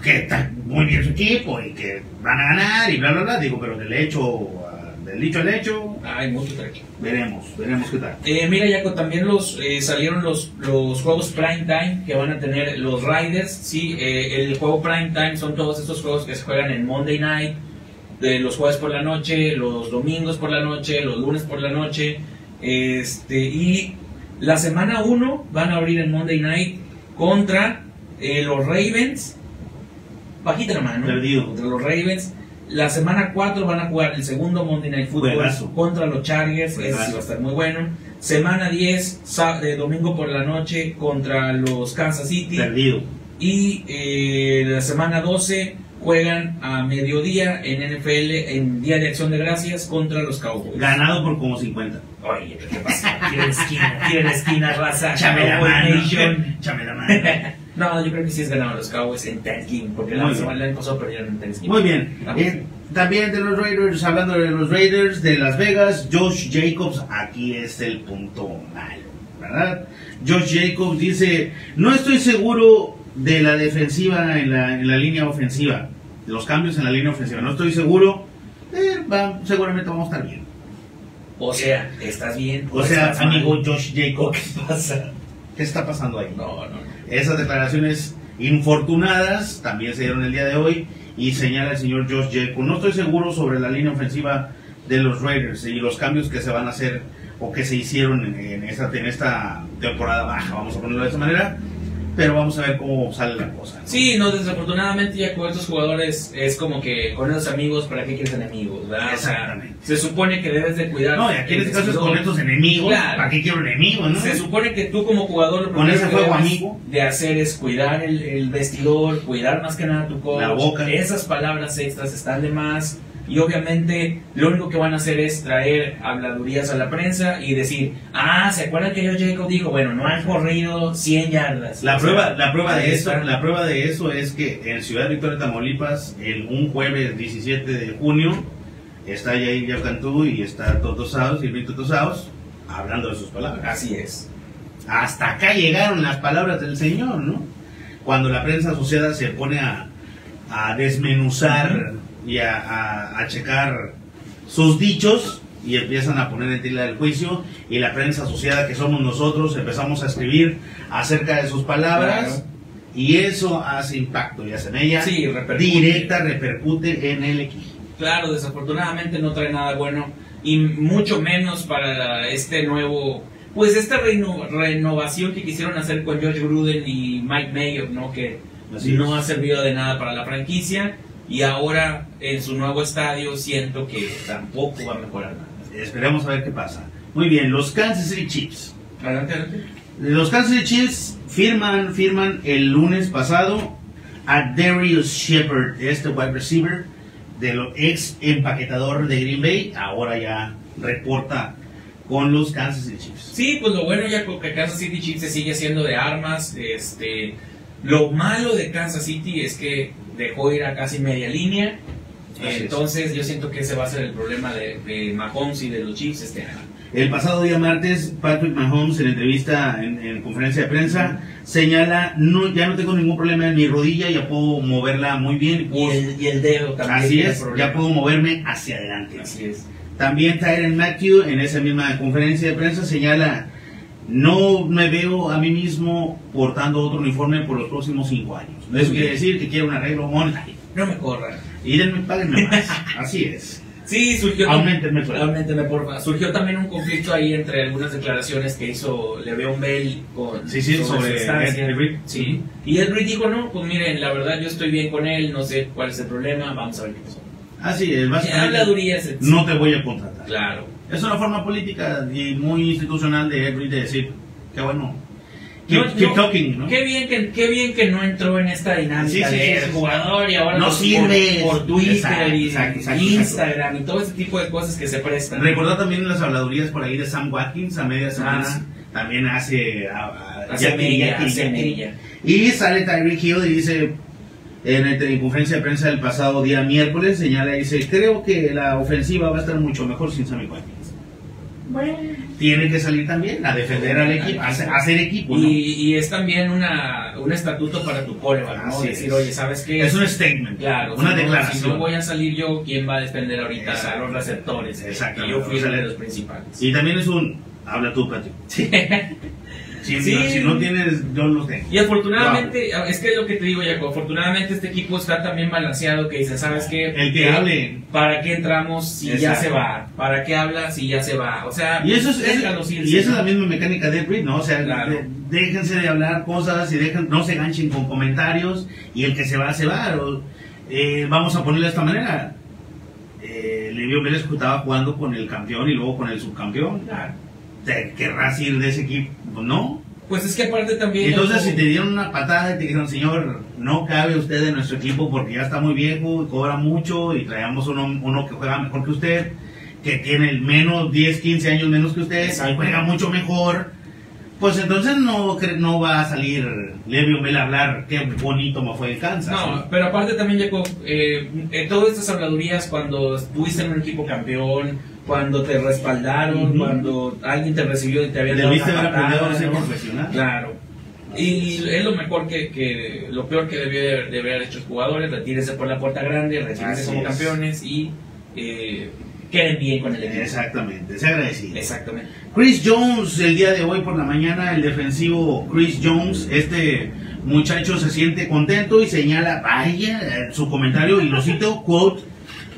[SPEAKER 3] que está muy bien su equipo y que van a ganar y bla, bla, bla. Digo, pero del hecho, a- del dicho al hecho,
[SPEAKER 2] Hay mucho tranquilo.
[SPEAKER 3] veremos, veremos qué tal.
[SPEAKER 2] Eh, mira, Yaco, también los eh, salieron los, los juegos prime time que van a tener los Riders. Sí, Eh, el juego prime time son todos estos juegos que se juegan en Monday night, de los jueves por la noche, los domingos por la noche, los lunes por la noche. Este, y la semana 1 van a abrir en Monday night contra eh, los Ravens. Bajita la mano.
[SPEAKER 3] Perdido.
[SPEAKER 2] Contra los Ravens. La semana 4 van a jugar el segundo Monday Night Football
[SPEAKER 3] Juegazo.
[SPEAKER 2] contra los Chargers. Ese sí va a estar muy bueno. Semana 10, sá- eh, domingo por la noche contra los Kansas City.
[SPEAKER 3] Perdido.
[SPEAKER 2] Y eh, la semana 12 juegan a mediodía en NFL en Día de Acción de Gracias contra los Cowboys.
[SPEAKER 3] Ganado por como 50.
[SPEAKER 2] Oye, ¿qué pasa? Quiero esquina, quiero esquina, raza.
[SPEAKER 3] Échame la
[SPEAKER 2] Cowboy
[SPEAKER 3] mano.
[SPEAKER 2] Nation.
[SPEAKER 3] Échame la mano.
[SPEAKER 2] No, yo creo que sí es ganado a los Cowboys en Thanksgiving, porque la
[SPEAKER 3] Muy
[SPEAKER 2] semana pasada perdieron en Thanksgiving.
[SPEAKER 3] Muy bien. Eh, también de los Raiders, hablando de los Raiders de Las Vegas, Josh Jacobs, aquí es el punto malo, ¿verdad? Josh Jacobs dice, no estoy seguro de la defensiva en la, en la línea ofensiva, de los cambios en la línea ofensiva, no estoy seguro, eh, va- seguramente vamos a estar bien.
[SPEAKER 2] O sea, ¿estás bien?
[SPEAKER 3] O sea,
[SPEAKER 2] ¿Estás mal?
[SPEAKER 3] amigo Josh Jacobs,
[SPEAKER 2] ¿qué pasa?
[SPEAKER 3] ¿qué está pasando ahí?
[SPEAKER 2] No, no, no.
[SPEAKER 3] Esas declaraciones infortunadas también se dieron el día de hoy y señala el señor Josh Jacobs. No estoy seguro sobre la línea ofensiva de los Raiders y los cambios que se van a hacer o que se hicieron en, en esta, en esta temporada baja, vamos a ponerlo de esa manera, pero vamos a ver cómo sale la cosa. ¿no?
[SPEAKER 2] Sí, no, desafortunadamente ya con estos jugadores es como que con esos amigos, ¿para qué quieres enemigos? ¿verdad? O sea,
[SPEAKER 3] Exactamente.
[SPEAKER 2] se supone que debes de cuidar.
[SPEAKER 3] No, y aquí en
[SPEAKER 2] el
[SPEAKER 3] este caso es
[SPEAKER 2] vestidor.
[SPEAKER 3] con estos enemigos,
[SPEAKER 2] Claro.
[SPEAKER 3] ¿para qué quiero enemigos, no?
[SPEAKER 2] Se supone que tú como jugador lo
[SPEAKER 3] Con
[SPEAKER 2] primero
[SPEAKER 3] ese
[SPEAKER 2] que
[SPEAKER 3] juego
[SPEAKER 2] debes
[SPEAKER 3] amigo.
[SPEAKER 2] de hacer es cuidar el, el vestidor, cuidar más que nada tu coach.
[SPEAKER 3] La boca.
[SPEAKER 2] Esas palabras extras están de más. Y obviamente lo único que van a hacer es traer habladurías a la prensa y decir, ah, ¿se acuerdan que yo Jacob dijo, bueno, no han corrido 100 yardas?
[SPEAKER 3] La
[SPEAKER 2] O sea,
[SPEAKER 3] prueba, la prueba
[SPEAKER 2] ahí
[SPEAKER 3] de eso,
[SPEAKER 2] está.
[SPEAKER 3] la prueba de eso es que en Ciudad Victoria, Tamaulipas, el un jueves 17 de junio, está Yair ya Cantú y está Toto Saos y Víctor Tosaos hablando de sus palabras.
[SPEAKER 2] Así es.
[SPEAKER 3] Hasta acá llegaron las palabras del señor, ¿no? Cuando la prensa asociada se pone a, a desmenuzar y a, a- a checar sus dichos y empiezan a poner en tela del juicio y la prensa asociada que somos nosotros empezamos a escribir acerca de sus palabras
[SPEAKER 2] Claro.
[SPEAKER 3] y eso hace impacto y hace en ella
[SPEAKER 2] Sí, repercute.
[SPEAKER 3] directa repercute en el equipo.
[SPEAKER 2] Claro, desafortunadamente no trae nada bueno y mucho menos para este nuevo, pues esta reno- renovación que quisieron hacer con George Gruden y Mike Mayock, ¿no? Que
[SPEAKER 3] Así
[SPEAKER 2] no
[SPEAKER 3] es.
[SPEAKER 2] ha servido de nada para la franquicia y ahora en su nuevo estadio siento que tampoco va a mejorar nada.
[SPEAKER 3] Esperemos a ver qué pasa. Muy bien, los Kansas City Chiefs.
[SPEAKER 2] Adelante, adelante.
[SPEAKER 3] Los Kansas City Chiefs firman, firman el lunes pasado a Darius Shepard, este wide receiver de lo ex empaquetador de Green Bay, ahora ya reporta con los Kansas City Chiefs.
[SPEAKER 2] Sí, pues lo bueno ya con que Kansas City Chiefs se sigue haciendo de armas, este, lo malo de Kansas City es que dejó ir a casi media línea,
[SPEAKER 3] Así es.
[SPEAKER 2] Entonces yo siento que ese va a ser el problema de, de Mahomes y de los Chiefs este año.
[SPEAKER 3] El pasado día martes, Patrick Mahomes en entrevista en, en conferencia de prensa señala, no, ya no tengo ningún problema en mi rodilla, ya puedo moverla muy bien. pues,
[SPEAKER 2] Y el, y el dedo también.
[SPEAKER 3] Así
[SPEAKER 2] tiene
[SPEAKER 3] es,
[SPEAKER 2] problema.
[SPEAKER 3] ya puedo moverme hacia adelante.
[SPEAKER 2] Así es.
[SPEAKER 3] También Tyron Matthew en esa misma conferencia de prensa señala, no me veo a mí mismo portando otro uniforme por los próximos cinco años. Eso quiere decir que quiero un arreglo online.
[SPEAKER 2] No me corran.
[SPEAKER 3] Y denme, páguenme más. Así es.
[SPEAKER 2] Sí, surgió.
[SPEAKER 3] Aumentenme el sueldo.
[SPEAKER 2] Aumentenme, porfa. Surgió también un conflicto ahí entre algunas declaraciones que hizo Le'Veon Bell con,
[SPEAKER 3] Sí, sí, sobre
[SPEAKER 2] sustancias.
[SPEAKER 3] Ed Reed.
[SPEAKER 2] Sí. Y Ed Reed dijo, no, pues miren, la verdad yo estoy bien con él, no sé cuál es el problema, vamos a ver qué pasó.
[SPEAKER 3] Así es, básicamente,
[SPEAKER 2] Habladurías, etc.
[SPEAKER 3] no te voy a contratar.
[SPEAKER 2] Claro.
[SPEAKER 3] Es una forma política y muy institucional de Henry de decir, qué bueno. Keep,
[SPEAKER 2] No,
[SPEAKER 3] keep
[SPEAKER 2] no.
[SPEAKER 3] talking, ¿no?
[SPEAKER 2] Qué bien que qué bien que no entró en esta
[SPEAKER 3] Sí,
[SPEAKER 2] dinámica
[SPEAKER 3] sí,
[SPEAKER 2] de
[SPEAKER 3] sí, sí, sí.
[SPEAKER 2] jugador y ahora
[SPEAKER 3] No
[SPEAKER 2] por-
[SPEAKER 3] sirves.
[SPEAKER 2] por, Twitter
[SPEAKER 3] Exacto,
[SPEAKER 2] y
[SPEAKER 3] exacto, exacto,
[SPEAKER 2] Instagram y todo ese tipo de cosas que se prestan.
[SPEAKER 3] Recordad también las habladurías por ahí de Sam Watkins a media
[SPEAKER 2] Ah,
[SPEAKER 3] semana.
[SPEAKER 2] sí.
[SPEAKER 3] También hace. a- a-
[SPEAKER 2] Hace
[SPEAKER 3] Jackie,
[SPEAKER 2] mella,
[SPEAKER 3] Jackie,
[SPEAKER 2] hace
[SPEAKER 3] Jackie.
[SPEAKER 2] mella.
[SPEAKER 3] Y sale Tyreek Hill y dice. En, la en conferencia de prensa del pasado día miércoles, señala y dice: Creo que la ofensiva va a estar mucho mejor sin Sammy Watkins. Tiene que salir también a defender al equipo, a hacer, a hacer equipo. ¿no?
[SPEAKER 2] Y, y es también una, un estatuto para tu coreback, ¿no?
[SPEAKER 3] Así
[SPEAKER 2] Decir,
[SPEAKER 3] es.
[SPEAKER 2] oye, ¿sabes qué?
[SPEAKER 3] Es un statement,
[SPEAKER 2] Claro,
[SPEAKER 3] una
[SPEAKER 2] si no- Si
[SPEAKER 3] declaración.
[SPEAKER 2] no voy a salir yo, ¿quién va a defender ahorita a
[SPEAKER 3] Exacto.
[SPEAKER 2] los receptores? Que-
[SPEAKER 3] Exacto.
[SPEAKER 2] que yo fui
[SPEAKER 3] O sea,
[SPEAKER 2] uno de los principales.
[SPEAKER 3] Y también es un. Habla tú, Pati. Si,
[SPEAKER 2] Sí.
[SPEAKER 3] no, si no tienes, yo lo tengo.
[SPEAKER 2] Y afortunadamente, es que es lo que te digo, Jaco, afortunadamente este equipo está también balanceado que dice, ¿sabes qué?
[SPEAKER 3] El que hable.
[SPEAKER 2] ¿Para qué entramos si ya
[SPEAKER 3] Exacto.
[SPEAKER 2] se va? ¿Para qué habla si ya se va? O sea,
[SPEAKER 3] Y eso es, es-
[SPEAKER 2] déjalos irse,
[SPEAKER 3] y esa es
[SPEAKER 2] ¿no?
[SPEAKER 3] la misma mecánica de Brit, ¿no? O sea,
[SPEAKER 2] Claro.
[SPEAKER 3] de- déjense de hablar cosas y dejen, no se ganchen con comentarios y el que se va, se va. O, eh, vamos a ponerlo de esta manera. Eh, Livio Vélez estaba jugando con el campeón y luego con el subcampeón.
[SPEAKER 2] Claro.
[SPEAKER 3] ¿Te querrás ir de ese equipo? No.
[SPEAKER 2] Pues es que aparte también...
[SPEAKER 3] Entonces,
[SPEAKER 2] Jaco,
[SPEAKER 3] si te dieron una patada y te dijeron, señor, no cabe usted en nuestro equipo porque ya está muy viejo, cobra mucho y traemos uno, uno que juega mejor que usted, que tiene el menos 10, 15 años menos que usted,
[SPEAKER 2] Exacto.
[SPEAKER 3] juega mucho mejor, pues entonces no, cre- no va a salir Levio Mel a hablar qué bonito me fue el Kansas.
[SPEAKER 2] No, pero aparte también, Jacob, eh, eh, todas estas habladurías cuando estuviste en un equipo campeón, cuando te respaldaron,
[SPEAKER 3] Ujú.
[SPEAKER 2] cuando alguien te recibió y te habían dado
[SPEAKER 3] Debiste
[SPEAKER 2] una
[SPEAKER 3] haber aprendido a
[SPEAKER 2] patada,
[SPEAKER 3] ser
[SPEAKER 2] ¿no?
[SPEAKER 3] profesional.
[SPEAKER 2] Ah, Claro. Y es lo mejor que, que lo peor que debió de, de haber hecho los jugadores, retírense por la puerta grande, retírense
[SPEAKER 3] Así
[SPEAKER 2] como
[SPEAKER 3] es.
[SPEAKER 2] campeones y eh, queden bien con el equipo.
[SPEAKER 3] Exactamente, se agradecido.
[SPEAKER 2] Exactamente.
[SPEAKER 3] Chris Jones, el día de hoy por la mañana, el defensivo Chris Jones, este muchacho se siente contento y señala, vaya, eh, su comentario, y lo cito, quote,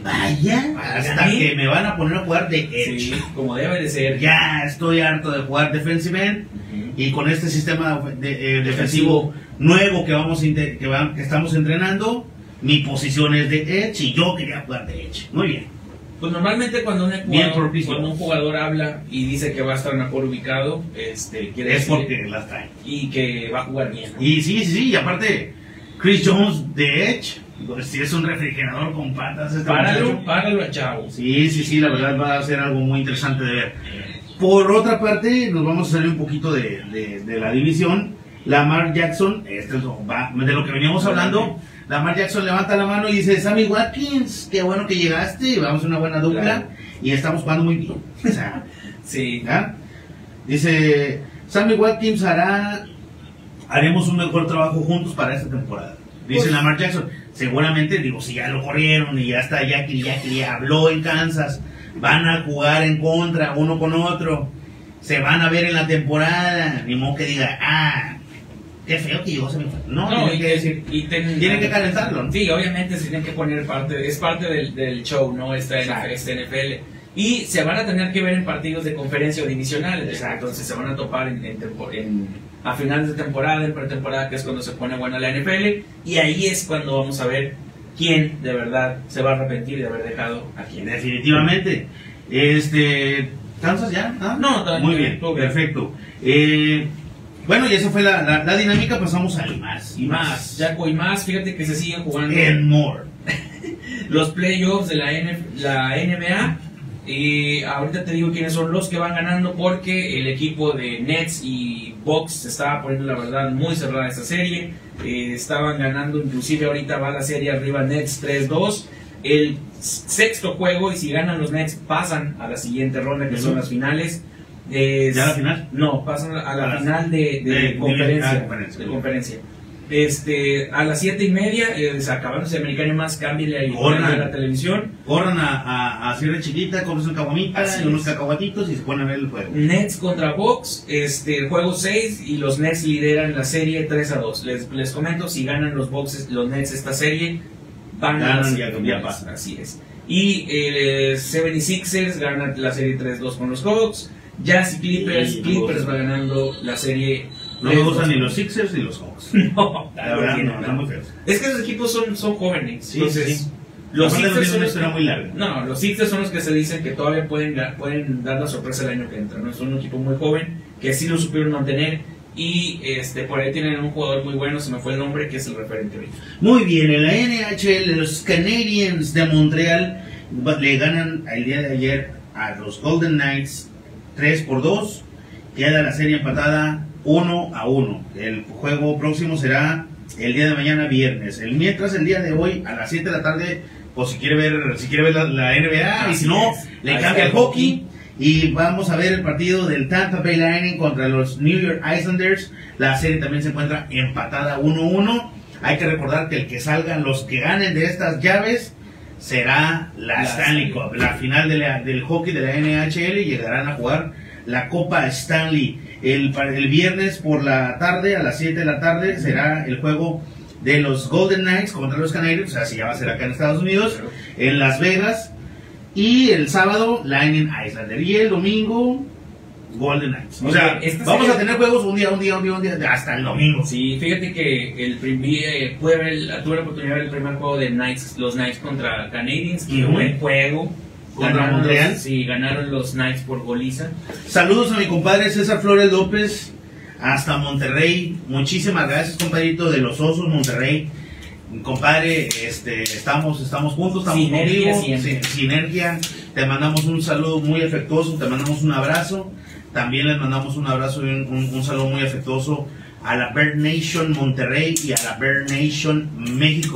[SPEAKER 3] vaya, hasta
[SPEAKER 2] Gané.
[SPEAKER 3] que me van a poner a jugar de edge.
[SPEAKER 2] Sí, como debe de ser.
[SPEAKER 3] Ya estoy harto de jugar defensive end,
[SPEAKER 2] Ujú.
[SPEAKER 3] y con este sistema de- de- eh, defensivo nuevo que, vamos a inte- que, va- que estamos entrenando, mi posición es de edge y yo quería jugar de edge. Muy bien.
[SPEAKER 2] Pues normalmente cuando un,
[SPEAKER 3] Bien
[SPEAKER 2] jugador,
[SPEAKER 3] propicio.
[SPEAKER 2] cuando un jugador habla y dice que va a estar mejor ubicado, este, quiere
[SPEAKER 3] Es
[SPEAKER 2] decir-
[SPEAKER 3] porque las trae.
[SPEAKER 2] y que va a jugar bien. ¿no?
[SPEAKER 3] Y sí, sí, sí, y aparte, Chris Jones de Edge, pues, sí es un refrigerador con patas. Este
[SPEAKER 2] Páralo,
[SPEAKER 3] muchacho.
[SPEAKER 2] páralo a chavos.
[SPEAKER 3] Sí, sí, sí, la verdad va a ser algo muy interesante de ver. Por otra parte, nos vamos a salir un poquito de, de- de la división. Lamar Jackson, este es lo- va- de lo que veníamos hablando, Lamar Jackson levanta la mano y dice, Sammy Watkins, qué bueno que llegaste, vamos a una buena dupla
[SPEAKER 2] Claro.
[SPEAKER 3] y estamos jugando muy bien. O sea,
[SPEAKER 2] Sí.
[SPEAKER 3] ¿Ya? Dice, Sammy Watkins hará, haremos un mejor trabajo juntos para esta temporada. Dice
[SPEAKER 2] Pues-
[SPEAKER 3] Lamar Jackson, seguramente, digo, si ya lo corrieron y ya está Jackie, Jackie ya habló en Kansas, van a jugar en contra uno con otro, se van a ver en la temporada, ni modo que diga, ah, qué feo que llegó Sammy Watkins. No,
[SPEAKER 2] No,
[SPEAKER 3] tiene
[SPEAKER 2] y
[SPEAKER 3] que decir,
[SPEAKER 2] y ten-
[SPEAKER 3] tiene que calentarlo, ¿no?
[SPEAKER 2] Sí, obviamente se tienen que poner parte, es parte del, del show, ¿no? este Esta NFL,
[SPEAKER 3] Exacto.
[SPEAKER 2] esta NFL. Y se van a tener que ver en partidos de conferencia o divisionales.
[SPEAKER 3] Exacto.
[SPEAKER 2] Entonces se van a topar en, en tempo- en- a finales de temporada, en pretemporada, que es cuando se pone buena la NFL. Y ahí es cuando vamos a ver quién de verdad se va a arrepentir de haber dejado a quién.
[SPEAKER 3] Definitivamente. Este, ¿Kansas ya? ¿Ah?
[SPEAKER 2] No, todavía
[SPEAKER 3] Muy
[SPEAKER 2] no.
[SPEAKER 3] bien,
[SPEAKER 2] Todo bien.
[SPEAKER 3] perfecto. Eh, bueno, y esa fue la, la- la dinámica, pasamos al más y más.
[SPEAKER 2] Jaco, y más, fíjate que se siguen jugando
[SPEAKER 3] En more.
[SPEAKER 2] los playoffs de la, NF la NBA. Y ahorita te digo quiénes son los que van ganando porque el equipo de Nets y Bucks se estaba poniendo la verdad muy cerrada esta serie. Eh, estaban ganando, inclusive ahorita va la serie arriba Nets 3-2. el sexto juego y si ganan los Nets pasan a la siguiente ronda que
[SPEAKER 3] Ujú.
[SPEAKER 2] son las finales. Es-
[SPEAKER 3] ¿Ya la final?
[SPEAKER 2] No, pasan a la
[SPEAKER 3] A la-
[SPEAKER 2] final de, de
[SPEAKER 3] de-
[SPEAKER 2] conferencia.
[SPEAKER 3] de conferencia.
[SPEAKER 2] de conferencia. Este, a las siete y media, eh, acabándose Americano más, cámbiale ahí
[SPEAKER 3] Corran.
[SPEAKER 2] prende la televisión.
[SPEAKER 3] Corran a, a, a Sierra Chiquita, compren sus caguamitas
[SPEAKER 2] Así
[SPEAKER 3] y unos
[SPEAKER 2] es.
[SPEAKER 3] cacahuatitos y se ponen a ver el juego.
[SPEAKER 2] Nets contra Box, este, juego 6 y los Nets lideran la serie 3 a 2. Les, les comento, si ganan los Boxes, los Nets esta serie, van a las
[SPEAKER 3] Ganan, ya- ya
[SPEAKER 2] semifinales.
[SPEAKER 3] pasan.
[SPEAKER 2] Así es. Y eh, 76ers ganan la serie 3-2 con los Hawks. Jazz y Clippers,
[SPEAKER 3] Y los
[SPEAKER 2] Clippers
[SPEAKER 3] Hawks.
[SPEAKER 2] va ganando la serie.
[SPEAKER 3] No me
[SPEAKER 2] 3-2.
[SPEAKER 3] gustan ni los Sixers ni los Hawks.
[SPEAKER 2] No,
[SPEAKER 3] La verdad, no, están muy
[SPEAKER 2] no.
[SPEAKER 3] feos.
[SPEAKER 2] Es que los equipos son, son jóvenes.
[SPEAKER 3] Sí,
[SPEAKER 2] entonces,
[SPEAKER 3] sí.
[SPEAKER 2] los
[SPEAKER 3] Aparte,
[SPEAKER 2] Sixers
[SPEAKER 3] tienen
[SPEAKER 2] son
[SPEAKER 3] una
[SPEAKER 2] los que-
[SPEAKER 3] historia muy larga.
[SPEAKER 2] no, los Sixers son los que se dicen que todavía pueden, ga- pueden dar la sorpresa el año que entra. ¿no? Son un equipo muy joven que sí lo supieron mantener. Y este, por ahí tienen un jugador muy bueno, se me fue el nombre, que es el referente ahorita.
[SPEAKER 3] Muy bien, en la NHL los Canadiens de Montreal va- le ganan el día de ayer a los Golden Knights 3 por 2. Queda la serie empatada 1 a 1. El juego próximo será el día de mañana viernes. El mientras el día de hoy a las 7 de la tarde o si quiere ver si quiere ver la, la NBA y
[SPEAKER 2] Así
[SPEAKER 3] si no
[SPEAKER 2] es.
[SPEAKER 3] le
[SPEAKER 2] Ahí
[SPEAKER 3] cambia
[SPEAKER 2] está
[SPEAKER 3] al
[SPEAKER 2] el
[SPEAKER 3] hockey. Y vamos a ver el partido del Tampa Bay Lightning contra los New York Islanders. La serie también se encuentra empatada 1-1. Hay que recordar que el que salgan, los que ganen de estas llaves, será la
[SPEAKER 2] La
[SPEAKER 3] Stanley
[SPEAKER 2] Stanley.
[SPEAKER 3] Cup, la final de la- del hockey de la NHL. y Llegarán a jugar la Copa Stanley. El, pa- el viernes por la tarde, a las 7 de la tarde, será el juego de los Golden Knights contra los Canadiens. O sea, si ya va a ser acá en Estados Unidos, en Las Vegas. Y el sábado, Lightning Islander. Y el domingo, Golden Knights. O
[SPEAKER 2] Oye,
[SPEAKER 3] sea,
[SPEAKER 2] esta
[SPEAKER 3] vamos
[SPEAKER 2] serie-
[SPEAKER 3] a tener juegos un día, un día, un día, un día, hasta el domingo.
[SPEAKER 2] Sí, fíjate que el primer, eh, pude ver el- tuve la oportunidad de ver el primer juego de Knights, los Knights contra Canadiens, que
[SPEAKER 3] Ujú.
[SPEAKER 2] buen juego.
[SPEAKER 3] Contra
[SPEAKER 2] Ganaron los-
[SPEAKER 3] Montreal.
[SPEAKER 2] sí, ganaron los Knights por goliza.
[SPEAKER 3] Saludos a mi compadre César Flores López, hasta Monterrey. Muchísimas gracias, compadrito de los Osos Monterrey. Compadre, este, estamos, estamos juntos, estamos
[SPEAKER 2] Sinergia
[SPEAKER 3] contigo.
[SPEAKER 2] siempre.
[SPEAKER 3] Sin- Sinergia, te mandamos un saludo muy afectuoso, te mandamos un abrazo. También les mandamos un abrazo y un, un- un saludo muy afectuoso a la Bear Nation Monterrey y a la Bear Nation México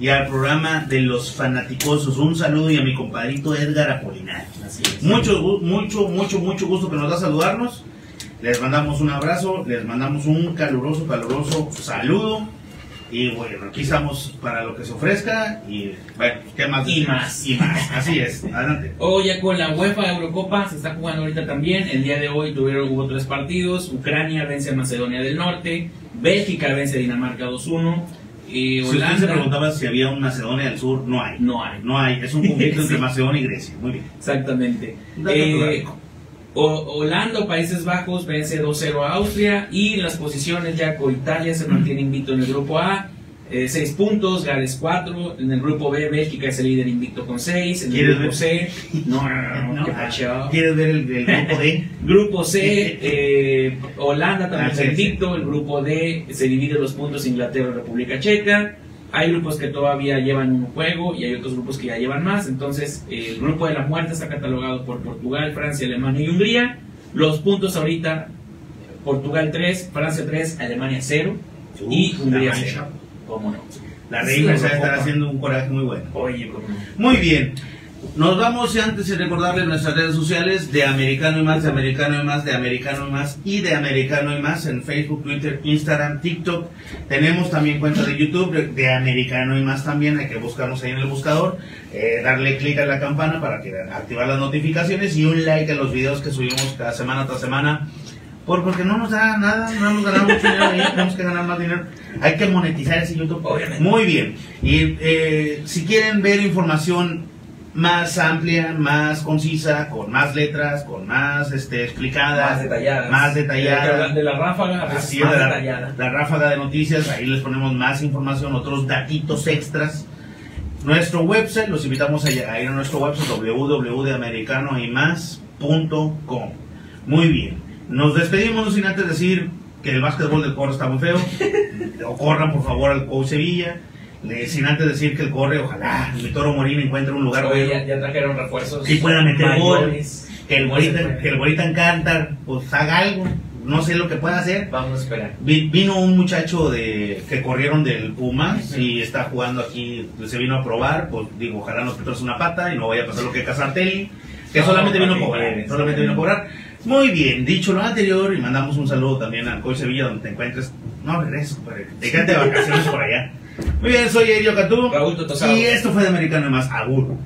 [SPEAKER 3] y al programa de los fanaticosos. Un saludo y a mi compadrito Edgar Apolinar.
[SPEAKER 2] Así es.
[SPEAKER 3] Mucho, gu- mucho, mucho, mucho gusto que nos da saludarnos. Les mandamos un abrazo, les mandamos un caluroso, caluroso saludo. Y bueno, aquí estamos para lo que se ofrezca. Y bueno, ¿qué más?
[SPEAKER 2] Y
[SPEAKER 3] decir?
[SPEAKER 2] más.
[SPEAKER 3] Y más. Así es, adelante.
[SPEAKER 2] Oye, Oh, con la UEFA Eurocopa se está jugando ahorita también. El día de hoy tuvieron hubo tres partidos. Ucrania vence a Macedonia del Norte. Bélgica vence a Dinamarca 2-1. Y
[SPEAKER 3] Si usted se
[SPEAKER 2] Holanda.
[SPEAKER 3] preguntaba si había un Macedonia del Sur, no hay.
[SPEAKER 2] No hay.
[SPEAKER 3] No hay, es un conflicto entre
[SPEAKER 2] Sí.
[SPEAKER 3] Macedonia y Grecia. Muy bien.
[SPEAKER 2] Exactamente.
[SPEAKER 3] Dato
[SPEAKER 2] Eh,
[SPEAKER 3] claro.
[SPEAKER 2] O- Holanda o Países Bajos vence 2-0 a Austria. Y las posiciones ya con Italia se mantiene invicto en el grupo A. 6 puntos, Gales 4. En el grupo B, Bélgica es el líder invicto con 6. En el
[SPEAKER 3] ¿Quieres
[SPEAKER 2] grupo C.
[SPEAKER 3] ver?
[SPEAKER 2] No, no, no, no,
[SPEAKER 3] No,
[SPEAKER 2] qué pacheado.
[SPEAKER 3] ¿Quieres ver el, el grupo D?
[SPEAKER 2] Grupo C, eh, Holanda también
[SPEAKER 3] Ah,
[SPEAKER 2] está
[SPEAKER 3] sí,
[SPEAKER 2] invicto. El grupo D se divide los puntos Inglaterra, República Checa. Hay grupos que todavía llevan un juego y hay otros grupos que ya llevan más. Entonces, eh, el grupo de la muerte está catalogado por Portugal, Francia, Alemania y Hungría. Los puntos ahorita, Portugal 3, Francia 3, Alemania 0. Y
[SPEAKER 3] Uf,
[SPEAKER 2] Hungría
[SPEAKER 3] la
[SPEAKER 2] cero.
[SPEAKER 3] mancha.
[SPEAKER 2] ¿Cómo no?
[SPEAKER 3] La
[SPEAKER 2] Es
[SPEAKER 3] reina
[SPEAKER 2] la
[SPEAKER 3] está
[SPEAKER 2] Eurocopa.
[SPEAKER 3] haciendo un coraje muy bueno.
[SPEAKER 2] Oye, ¿cómo no?
[SPEAKER 3] Muy bien. Nos vamos y antes de recordarles nuestras redes sociales de Americano y más, de Americano y más, de Americano y más y de Americano y más en Facebook, Twitter, Instagram, TikTok. Tenemos también cuenta de YouTube de- de Americano y más también. Hay que buscarnos ahí en el buscador, eh, darle clic a la campana para que- activar las notificaciones y un like a los videos que subimos cada semana tras semana. Por, porque no nos da nada, no hemos ganado mucho dinero ahí, tenemos que ganar más dinero. Hay que monetizar ese YouTube.
[SPEAKER 2] Obviamente.
[SPEAKER 3] Muy bien. Y eh, si quieren ver información más amplia, más concisa, con más letras, con más este, explicada,
[SPEAKER 2] Más detalladas.
[SPEAKER 3] más
[SPEAKER 2] Hay que hablar
[SPEAKER 3] detallada.
[SPEAKER 2] De la ráfaga, pues,
[SPEAKER 3] Así es,
[SPEAKER 2] más
[SPEAKER 3] la,
[SPEAKER 2] detallada.
[SPEAKER 3] la ráfaga de noticias, ahí les ponemos más información, otros datitos extras. Nuestro website, los invitamos a, a ir a nuestro website www.americanoymas.com. Muy bien, nos despedimos sin antes decir que el básquetbol del Corre está muy feo. o corran por favor al Coach Sevilla. Eh, Sin antes decir que el Corre, ojalá, mi toro Morín encuentre un lugar
[SPEAKER 2] Oye,
[SPEAKER 3] bueno.
[SPEAKER 2] ya, ya trajeron refuerzos.
[SPEAKER 3] Y pueda meter gol.
[SPEAKER 2] mayores.
[SPEAKER 3] Que el
[SPEAKER 2] No se
[SPEAKER 3] Bolita,
[SPEAKER 2] puede.
[SPEAKER 3] que el Bolita encanta, pues haga algo. no sé lo que pueda hacer.
[SPEAKER 2] Vamos a esperar.
[SPEAKER 3] Vi- vino un muchacho de que corrieron del Pumas y está jugando aquí, se vino a probar, pues digo, ojalá no es una pata y no vaya a pasar lo que Casartelli, que
[SPEAKER 2] No,
[SPEAKER 3] solamente vino a
[SPEAKER 2] papi,
[SPEAKER 3] cobrar,
[SPEAKER 2] eres.
[SPEAKER 3] solamente vino a cobrar. Muy bien, dicho lo anterior, y mandamos un saludo también al Coy Sevilla donde te encuentres. No regreso, pero te quedaste de vacaciones por allá. Muy bien, soy Elio Catú.
[SPEAKER 2] Raúl Totosao.
[SPEAKER 3] Y esto fue de Americano y más. Agur.